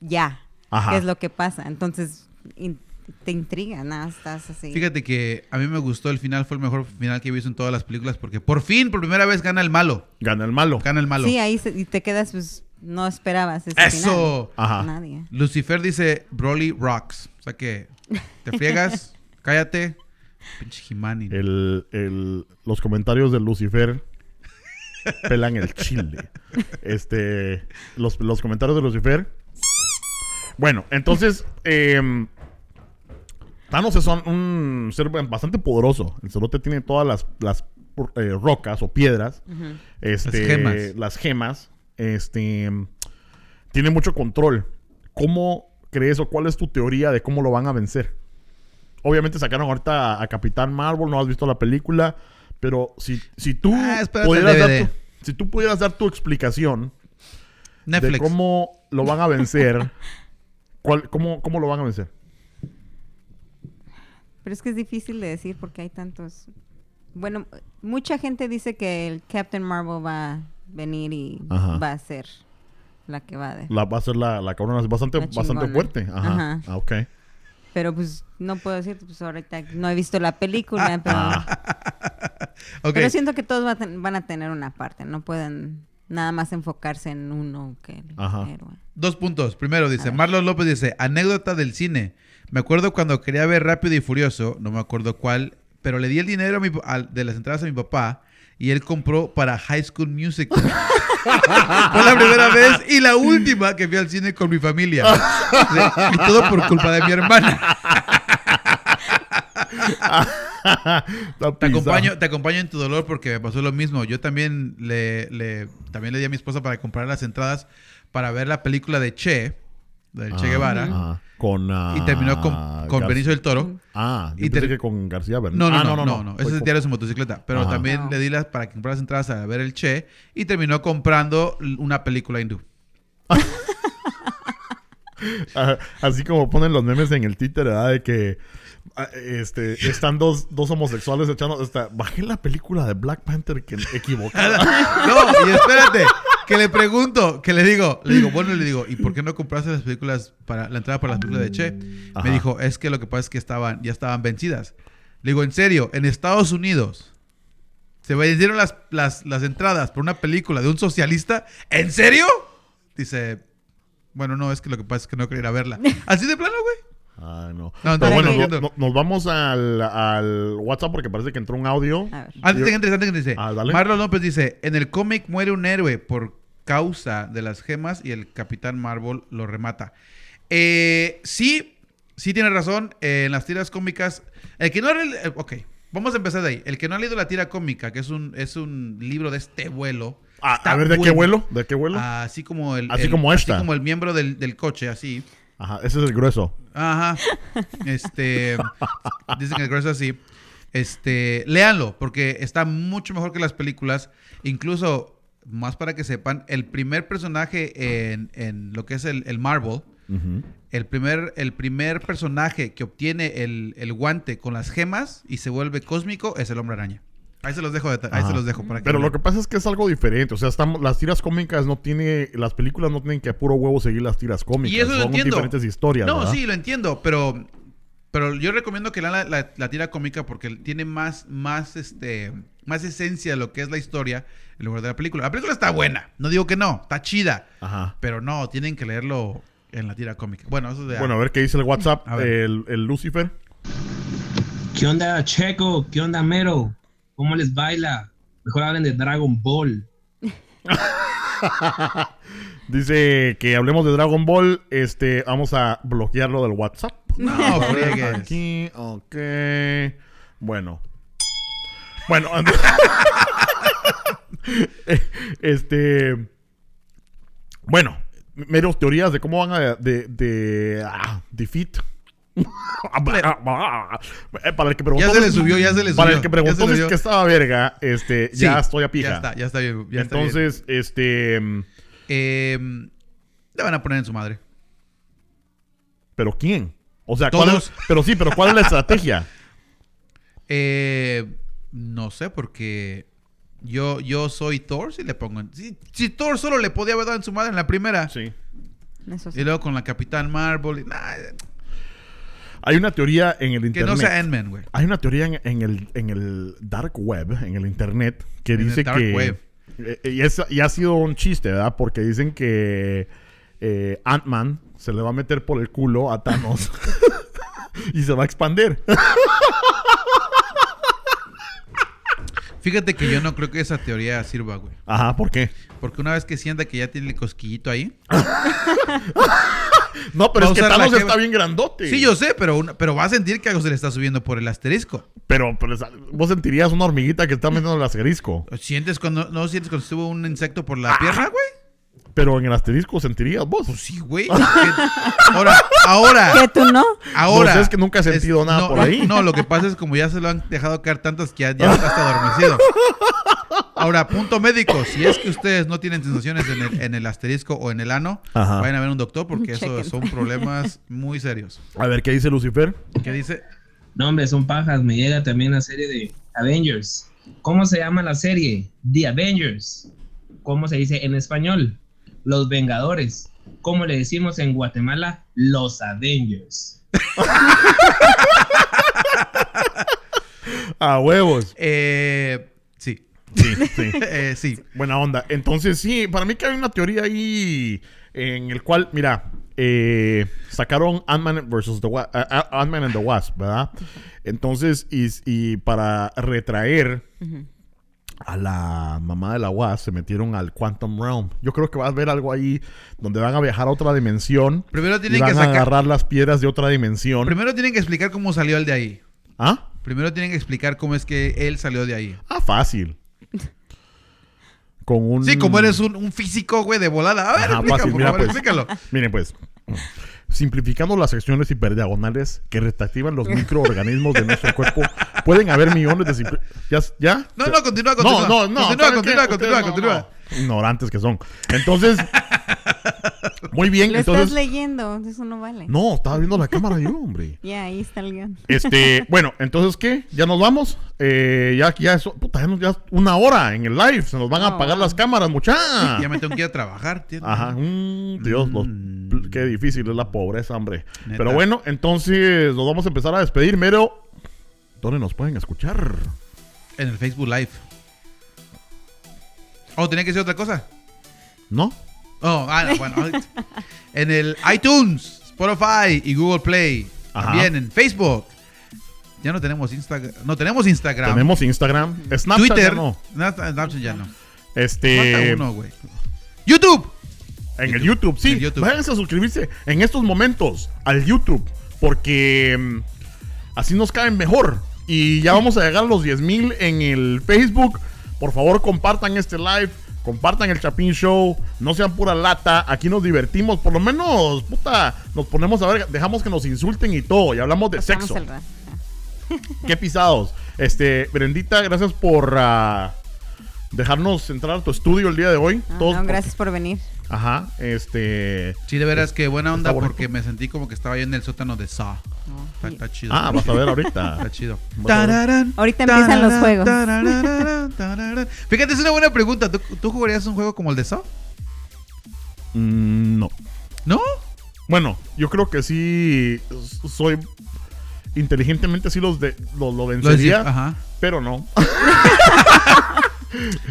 [SPEAKER 3] ya,
[SPEAKER 1] Ajá.
[SPEAKER 3] qué es lo que pasa. Entonces, in- te intriga, nada, estás así.
[SPEAKER 2] Fíjate que a mí me gustó el final, fue el mejor final que he visto en todas las películas porque por fin, por primera vez, gana el malo.
[SPEAKER 1] Gana el malo.
[SPEAKER 2] Gana el malo.
[SPEAKER 3] Sí, ahí se- y te quedas, pues, no esperabas ese final.
[SPEAKER 2] ¡Eso!
[SPEAKER 1] Ajá.
[SPEAKER 3] Nadie.
[SPEAKER 2] Lucifer dice Broly rocks. O sea que te friegas, cállate. Pinche Jimani.
[SPEAKER 1] El, el- los comentarios de Lucifer pelan el chile. Este, los, los comentarios de Lucifer. Bueno, entonces, eh, Thanos es un- un ser bastante poderoso. El cerote tiene todas las, las, eh, rocas o piedras. este,
[SPEAKER 2] Las gemas.
[SPEAKER 1] las gemas, Este, tiene mucho control. ¿Cómo crees o cuál es tu teoría de cómo lo van a vencer? Obviamente sacaron ahorita a, a Capitán Marvel, no has visto la película, pero si, si tú
[SPEAKER 2] Ah, espérate,
[SPEAKER 1] pudieras dar
[SPEAKER 2] DVD.
[SPEAKER 1] tu- si tú pudieras dar tu explicación de
[SPEAKER 2] Netflix.
[SPEAKER 1] cómo lo van a vencer, ¿cuál, cómo, ¿cómo lo van a vencer?
[SPEAKER 3] Pero es que es difícil de decir porque hay tantos. Bueno, mucha gente dice que el Captain Marvel va a venir y
[SPEAKER 1] Ajá.
[SPEAKER 3] va a ser la que va de.
[SPEAKER 1] La, va a ser la, la cabrona, es bastante,
[SPEAKER 3] La
[SPEAKER 1] bastante
[SPEAKER 3] chingona.
[SPEAKER 1] fuerte. Ajá.
[SPEAKER 3] Ajá.
[SPEAKER 1] Ah, ok.
[SPEAKER 3] Pero pues no puedo decirte, pues ahorita no he visto la película, pero,
[SPEAKER 1] Ah,
[SPEAKER 2] Ok.
[SPEAKER 3] pero siento que todos va a ten- van a tener una parte, no pueden nada más enfocarse en uno que el
[SPEAKER 1] Ajá.
[SPEAKER 3] héroe.
[SPEAKER 2] Dos puntos. Primero dice, Marlon López dice, anécdota del cine. Me acuerdo cuando quería ver Rápido y Furioso, no me acuerdo cuál, pero le di el dinero a mi, al- de las entradas a mi papá y él compró para High School Musical. Fue la primera vez y la última que fui al cine con mi familia. Sí, Y todo por culpa de mi hermana.
[SPEAKER 1] está
[SPEAKER 2] Te
[SPEAKER 1] pisado.
[SPEAKER 2] acompaño, te acompaño en tu dolor porque me pasó lo mismo. Yo también le, le- también le di a mi esposa para comprar las entradas para ver la película de Che, del
[SPEAKER 1] Ah.
[SPEAKER 2] Che Guevara.
[SPEAKER 1] Ajá. Con, ah,
[SPEAKER 2] Y terminó con, con
[SPEAKER 1] Gar-
[SPEAKER 2] Benicio del Toro.
[SPEAKER 1] Ah, yo
[SPEAKER 2] y
[SPEAKER 1] pensé
[SPEAKER 2] ter-
[SPEAKER 1] que con García Bernal.
[SPEAKER 2] No, no,
[SPEAKER 1] Ah,
[SPEAKER 2] no, no, no,
[SPEAKER 1] Fue
[SPEAKER 2] Ese es el
[SPEAKER 1] con-
[SPEAKER 2] diario de su motocicleta. Pero
[SPEAKER 1] Ajá.
[SPEAKER 2] también
[SPEAKER 3] Wow.
[SPEAKER 2] le di las para que comprara las entradas a ver el Che y terminó comprando l- una película hindú.
[SPEAKER 1] Ajá, Así como ponen los memes en el Twitter, ¿verdad? De que ah, este, están dos, dos homosexuales echando. Hasta, bajé la película de Black Panther que equivocada.
[SPEAKER 2] No, y espérate, que le pregunto, que le digo, le digo, bueno, le digo, ¿y por qué no compraste las películas para la entrada para las películas de Che?
[SPEAKER 1] Ajá.
[SPEAKER 2] Me dijo, es que lo que pasa es que estaban, ya estaban vencidas. Le digo, en serio, en Estados Unidos se vendieron las, las, las entradas por una película de un socialista. ¿En serio? Dice, bueno, no, es que lo que pasa es que no quería ir a verla. Así de plano, güey.
[SPEAKER 1] Ah, no. Pero
[SPEAKER 2] No, no,
[SPEAKER 1] bueno,
[SPEAKER 2] no,
[SPEAKER 1] no-
[SPEAKER 2] no.
[SPEAKER 1] nos vamos al, al WhatsApp porque parece que entró un audio.
[SPEAKER 3] A ver.
[SPEAKER 2] Antes
[SPEAKER 1] Yo-
[SPEAKER 2] de que entres, antes de que entres,
[SPEAKER 1] Ah, dale.
[SPEAKER 2] Marlon López dice, en el cómic muere un héroe por causa de las gemas y el Capitán Marvel lo remata. Eh, sí, sí tiene razón, eh, en las tiras cómicas, el que no... ha le- eh, Ok, vamos a empezar de ahí. El que no ha leído la tira cómica, que es un, es un libro de este vuelo.
[SPEAKER 1] Ah,
[SPEAKER 2] está
[SPEAKER 1] a ver, ¿de qué
[SPEAKER 2] bueno. Ah.
[SPEAKER 1] vuelo? ¿De qué vuelo?
[SPEAKER 2] Así como el...
[SPEAKER 1] Así
[SPEAKER 2] el-
[SPEAKER 1] como esta.
[SPEAKER 2] Así como el miembro del, del coche, así.
[SPEAKER 1] Ajá, ese es el grueso.
[SPEAKER 2] Ajá. Este. dicen que el grueso así. Este. Léanlo, porque está mucho mejor que las películas. Incluso, más para que sepan, el primer personaje en, en lo que es el, el Marvel.
[SPEAKER 1] Ujú.
[SPEAKER 2] El primer, el primer personaje que obtiene el, el guante con las gemas y se vuelve cósmico es el hombre araña. Ahí se los dejo, de- ahí
[SPEAKER 1] Ajá.
[SPEAKER 2] se los dejo para que
[SPEAKER 1] Pero
[SPEAKER 2] lo
[SPEAKER 1] lo que pasa es que es algo diferente. O sea, estamos, las tiras cómicas no tiene, las películas no tienen que a puro huevo seguir las tiras cómicas.
[SPEAKER 2] Y eso lo
[SPEAKER 1] Son
[SPEAKER 2] entiendo.
[SPEAKER 1] diferentes historias.
[SPEAKER 2] No,
[SPEAKER 1] ¿verdad?
[SPEAKER 2] sí, lo entiendo, pero, pero yo recomiendo que lean la, la- la tira cómica porque tiene más, más, este, más esencia de lo que es la historia en lugar de la película. La película está buena, no digo que no, está chida,
[SPEAKER 1] Ajá.
[SPEAKER 2] pero no, tienen que leerlo en la tira cómica. Bueno, eso de...
[SPEAKER 1] Bueno, a ver qué dice el WhatsApp,
[SPEAKER 2] A ver.
[SPEAKER 1] el, el Lucifer.
[SPEAKER 7] ¿Qué onda Checo? ¿Qué onda Mero? ¿Cómo les baila? Mejor hablen de Dragon Ball.
[SPEAKER 1] Dice que hablemos de Dragon Ball. Este, vamos a bloquearlo del WhatsApp.
[SPEAKER 2] No, friegues.
[SPEAKER 1] Aquí, ok. Bueno. Bueno, and- este. Bueno, meros teorías de cómo van a. de. de. ah, defeat. Ah, Eh, Para el que preguntó.
[SPEAKER 2] Ya se le subió, ya se le
[SPEAKER 1] Para el que
[SPEAKER 2] subió, ya se
[SPEAKER 1] preguntó
[SPEAKER 2] le
[SPEAKER 1] si es
[SPEAKER 2] dio.
[SPEAKER 1] que estaba verga, este,
[SPEAKER 2] Sí,
[SPEAKER 1] ya estoy a pija.
[SPEAKER 2] Ya está, ya está bien. ya está bien.
[SPEAKER 1] Entonces, este. mm,
[SPEAKER 2] Eh, le van a poner en su madre.
[SPEAKER 1] ¿Pero quién? O sea, ¿cuál es,
[SPEAKER 2] Todos.
[SPEAKER 1] pero sí, pero ¿cuál es la estrategia?
[SPEAKER 2] Eh, no sé, porque yo, yo soy Thor si le pongo... en- Si, si Thor solo le podía haber dado en su madre en la primera.
[SPEAKER 1] Sí.
[SPEAKER 3] Eso
[SPEAKER 1] Eh,
[SPEAKER 3] sí.
[SPEAKER 2] Y luego con la Capitán Marvel. y- nah,
[SPEAKER 1] Hay una teoría en el
[SPEAKER 2] que
[SPEAKER 1] internet.
[SPEAKER 2] no sea Ant-Man, güey.
[SPEAKER 1] Hay una teoría en, en el, en el dark web, en el internet, que
[SPEAKER 2] En el
[SPEAKER 1] dice
[SPEAKER 2] dark
[SPEAKER 1] que.
[SPEAKER 2] web.
[SPEAKER 1] Eh, eh, Y, es- y ha sido un chiste, ¿verdad? Porque dicen que eh, Ant-Man se le va a meter por el culo a Thanos y se va a expandir.
[SPEAKER 2] Fíjate que yo no creo que esa teoría sirva, güey.
[SPEAKER 1] Ajá, ¿por qué?
[SPEAKER 2] Porque una vez que sienta que ya tiene el cosquillito ahí.
[SPEAKER 1] No, pero
[SPEAKER 2] Va a
[SPEAKER 1] es que
[SPEAKER 2] usar la
[SPEAKER 1] Thanos
[SPEAKER 2] que-
[SPEAKER 1] está bien grandote.
[SPEAKER 2] Sí, yo sé, pero, una- pero va a sentir que algo se le está subiendo por el asterisco.
[SPEAKER 1] Pero, pero esa- vos sentirías una hormiguita que está metiendo el asterisco.
[SPEAKER 2] ¿Sientes cuando, ¿No sientes cuando estuvo un insecto por la pierna, güey?
[SPEAKER 1] Pero en el asterisco sentirías vos.
[SPEAKER 2] Pues sí, güey. Ahora, ahora.
[SPEAKER 3] ¿Qué tú no?
[SPEAKER 2] Ahora.
[SPEAKER 1] No, es que nunca he sentido nada
[SPEAKER 2] no,
[SPEAKER 1] por ahí.
[SPEAKER 2] No, lo que pasa es como ya se lo han dejado caer tantas que ya, ya está hasta adormecido. Ahora, punto médico. Si es que ustedes no tienen sensaciones en el, en el asterisco o en el ano,
[SPEAKER 1] Ajá.
[SPEAKER 2] vayan a ver un doctor porque esos
[SPEAKER 3] Chequen.
[SPEAKER 2] son problemas muy serios.
[SPEAKER 1] A ver, ¿qué dice Lucifer?
[SPEAKER 2] ¿Qué dice?
[SPEAKER 7] No, hombre, son pajas. Me llega también la serie de Avengers. ¿Cómo se llama la serie? The Avengers. ¿Cómo se dice en español? Los Vengadores. ¿Cómo le decimos en Guatemala? Los Avengers.
[SPEAKER 1] A huevos.
[SPEAKER 2] Eh, sí.
[SPEAKER 1] Sí, sí.
[SPEAKER 2] Eh, sí.
[SPEAKER 1] Buena onda. Entonces, sí, para mí que hay una teoría ahí en el cual, mira, eh, sacaron Ant-Man versus the Wa- a- a- Ant-Man and the Wasp, ¿verdad? Entonces, y, y para retraer a la mamá de la Wasp, se metieron al Quantum Realm. Yo creo que vas a ver algo ahí donde van a viajar a otra dimensión.
[SPEAKER 2] Primero
[SPEAKER 1] Y
[SPEAKER 2] tienen
[SPEAKER 1] van
[SPEAKER 2] que
[SPEAKER 1] a
[SPEAKER 2] sacar.
[SPEAKER 1] agarrar las piedras de otra dimensión.
[SPEAKER 2] Primero tienen que explicar cómo salió el de ahí.
[SPEAKER 1] ¿Ah?
[SPEAKER 2] Primero tienen que explicar cómo es que él salió de ahí.
[SPEAKER 1] Ah, fácil. Con un...
[SPEAKER 2] Sí, como eres un, un físico, güey, de volada. A ver,
[SPEAKER 1] Ajá,
[SPEAKER 2] explica,
[SPEAKER 1] Mm. fácil,
[SPEAKER 2] por
[SPEAKER 1] mira,
[SPEAKER 2] favor,
[SPEAKER 1] pues.
[SPEAKER 2] explícalo.
[SPEAKER 1] Miren, pues, Simplificando las secciones hiperdiagonales que reactivan los microorganismos de nuestro cuerpo, pueden haber millones de simpli- ¿Ya? ya?
[SPEAKER 2] No, no, continúa, continúa.
[SPEAKER 1] No, no, no.
[SPEAKER 2] Continúa,
[SPEAKER 1] ¿saben qué?
[SPEAKER 2] continúa,
[SPEAKER 1] Ustedes
[SPEAKER 2] continúa,
[SPEAKER 1] no,
[SPEAKER 2] continúa.
[SPEAKER 1] no. Ignorantes que son. Entonces, muy bien.
[SPEAKER 3] Lo estás
[SPEAKER 1] Entonces,
[SPEAKER 3] leyendo, eso no vale.
[SPEAKER 1] no, estaba viendo la cámara yo, hombre.
[SPEAKER 3] Ya, ahí está el guión.
[SPEAKER 1] Este, bueno, entonces qué, ya nos vamos, eh, ya, ya eso, puta, ya, nos- ya una hora en el live, se nos van a
[SPEAKER 3] No,
[SPEAKER 1] apagar
[SPEAKER 3] wow.
[SPEAKER 1] las cámaras, mucha.
[SPEAKER 2] Ya me tengo que ir a trabajar, tío.
[SPEAKER 1] Ah. Ajá, mm, Dios, los-
[SPEAKER 2] Mm.
[SPEAKER 1] qué difícil es la pobreza, hombre.
[SPEAKER 2] Neta.
[SPEAKER 1] Pero bueno, entonces nos vamos a empezar a despedir, pero ¿dónde nos pueden escuchar?
[SPEAKER 2] En el Facebook Live. Oh, tenía que decir otra cosa.
[SPEAKER 1] ¿No?
[SPEAKER 2] Oh, ah, no, bueno. ahorita. en el iTunes, Spotify y Google Play.
[SPEAKER 1] Ajá.
[SPEAKER 2] También en Facebook. Ya no tenemos Instagram. No tenemos Instagram.
[SPEAKER 1] Tenemos Instagram, Snapchat,
[SPEAKER 2] Twitter.
[SPEAKER 1] ya no.
[SPEAKER 2] No, Snapchat ya no. Falta
[SPEAKER 1] Este,
[SPEAKER 2] uno, güey. YouTube.
[SPEAKER 1] En el YouTube, sí.
[SPEAKER 2] En YouTube.
[SPEAKER 1] Váyanse a suscribirse en estos momentos al YouTube. Porque mm, así nos caen mejor. Y ya vamos a llegar a los 10 mil en el Facebook. Por favor, compartan este live. Compartan el Chapín Show. No sean pura lata. Aquí nos divertimos. Por lo menos, puta, nos ponemos a ver. Dejamos que nos insulten y todo. Y hablamos de
[SPEAKER 3] Pasamos
[SPEAKER 1] sexo.
[SPEAKER 3] el ra-
[SPEAKER 1] Qué pisados. Este, Brendita, gracias por ah, dejarnos entrar a tu estudio el día de hoy.
[SPEAKER 3] Ah,
[SPEAKER 1] Todos
[SPEAKER 3] no,
[SPEAKER 1] por-
[SPEAKER 3] gracias por venir.
[SPEAKER 1] Ajá. Este.
[SPEAKER 2] Sí, de veras que buena onda
[SPEAKER 1] Está bonito.
[SPEAKER 2] porque me sentí como que estaba yo en el sótano de Saw. Está, está chido.
[SPEAKER 1] Ah, vas a ver ahorita.
[SPEAKER 2] Está chido.
[SPEAKER 1] Vas a ver.
[SPEAKER 3] Ahorita empiezan los juegos.
[SPEAKER 2] tararán, tararán. Fíjate, es una buena pregunta. ¿Tú, tú jugarías un juego como el de Saw?
[SPEAKER 1] Mm, no.
[SPEAKER 2] ¿No?
[SPEAKER 1] Bueno, yo creo que sí s- soy inteligentemente sí los de lo, lo
[SPEAKER 2] Lo decía.
[SPEAKER 1] vencería,
[SPEAKER 2] Ajá.
[SPEAKER 1] pero no.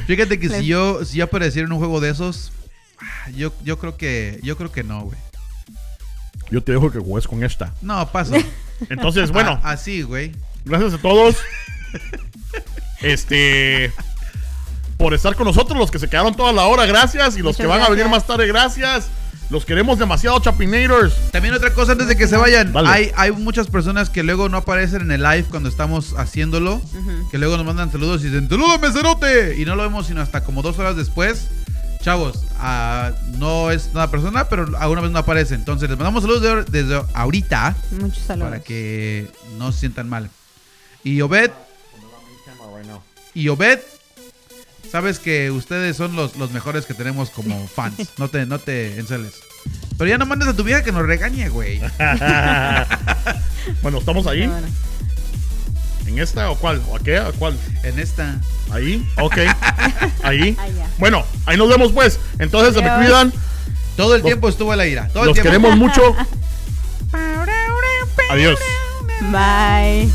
[SPEAKER 2] Fíjate que si
[SPEAKER 3] Les-
[SPEAKER 2] yo, si yo apareciera en un juego de esos, ah, yo, yo creo que. Yo creo que no, güey.
[SPEAKER 1] Yo te dejo que juegues con esta.
[SPEAKER 2] No, paso.
[SPEAKER 1] Entonces, bueno,
[SPEAKER 2] Ah, así, güey.
[SPEAKER 1] gracias a todos. Este por estar con nosotros los que se quedaron toda la hora, gracias y los
[SPEAKER 3] Muchas
[SPEAKER 1] que van a venir
[SPEAKER 3] gracias.
[SPEAKER 1] más tarde, gracias. Los queremos demasiado, Chapinators.
[SPEAKER 2] También otra cosa antes de que se vayan.
[SPEAKER 1] Vale.
[SPEAKER 2] Hay, hay muchas personas que luego no aparecen en el live cuando estamos haciéndolo.
[SPEAKER 3] Ujú.
[SPEAKER 2] Que luego nos mandan saludos y dicen, ¡Saludos, meserote! Y no lo vemos sino hasta como dos horas después. Chavos, ah, no es nada personal, pero alguna vez no aparece. Entonces les mandamos saludos de- desde ahorita
[SPEAKER 3] Muchos saludos.
[SPEAKER 2] para que no se sientan mal. Y Obed. Y Obed. Sabes que ustedes son los, los mejores que tenemos como fans. No te, no te enceles. Pero ya no mandes a tu vieja que nos regañe, güey.
[SPEAKER 1] Bueno, estamos ahí.
[SPEAKER 3] Bueno,
[SPEAKER 1] ¿En esta o cuál? ¿O a qué? ¿A cuál?
[SPEAKER 2] En esta.
[SPEAKER 1] Ahí, ok. Ahí.
[SPEAKER 3] Allá.
[SPEAKER 1] Bueno, ahí nos vemos pues. Entonces se me
[SPEAKER 3] Adiós.
[SPEAKER 1] cuidan.
[SPEAKER 2] Todo el
[SPEAKER 1] Los-
[SPEAKER 2] tiempo estuvo la ira. Todo el
[SPEAKER 1] Los
[SPEAKER 2] tiempo.
[SPEAKER 1] queremos mucho. Adiós.
[SPEAKER 3] Bye.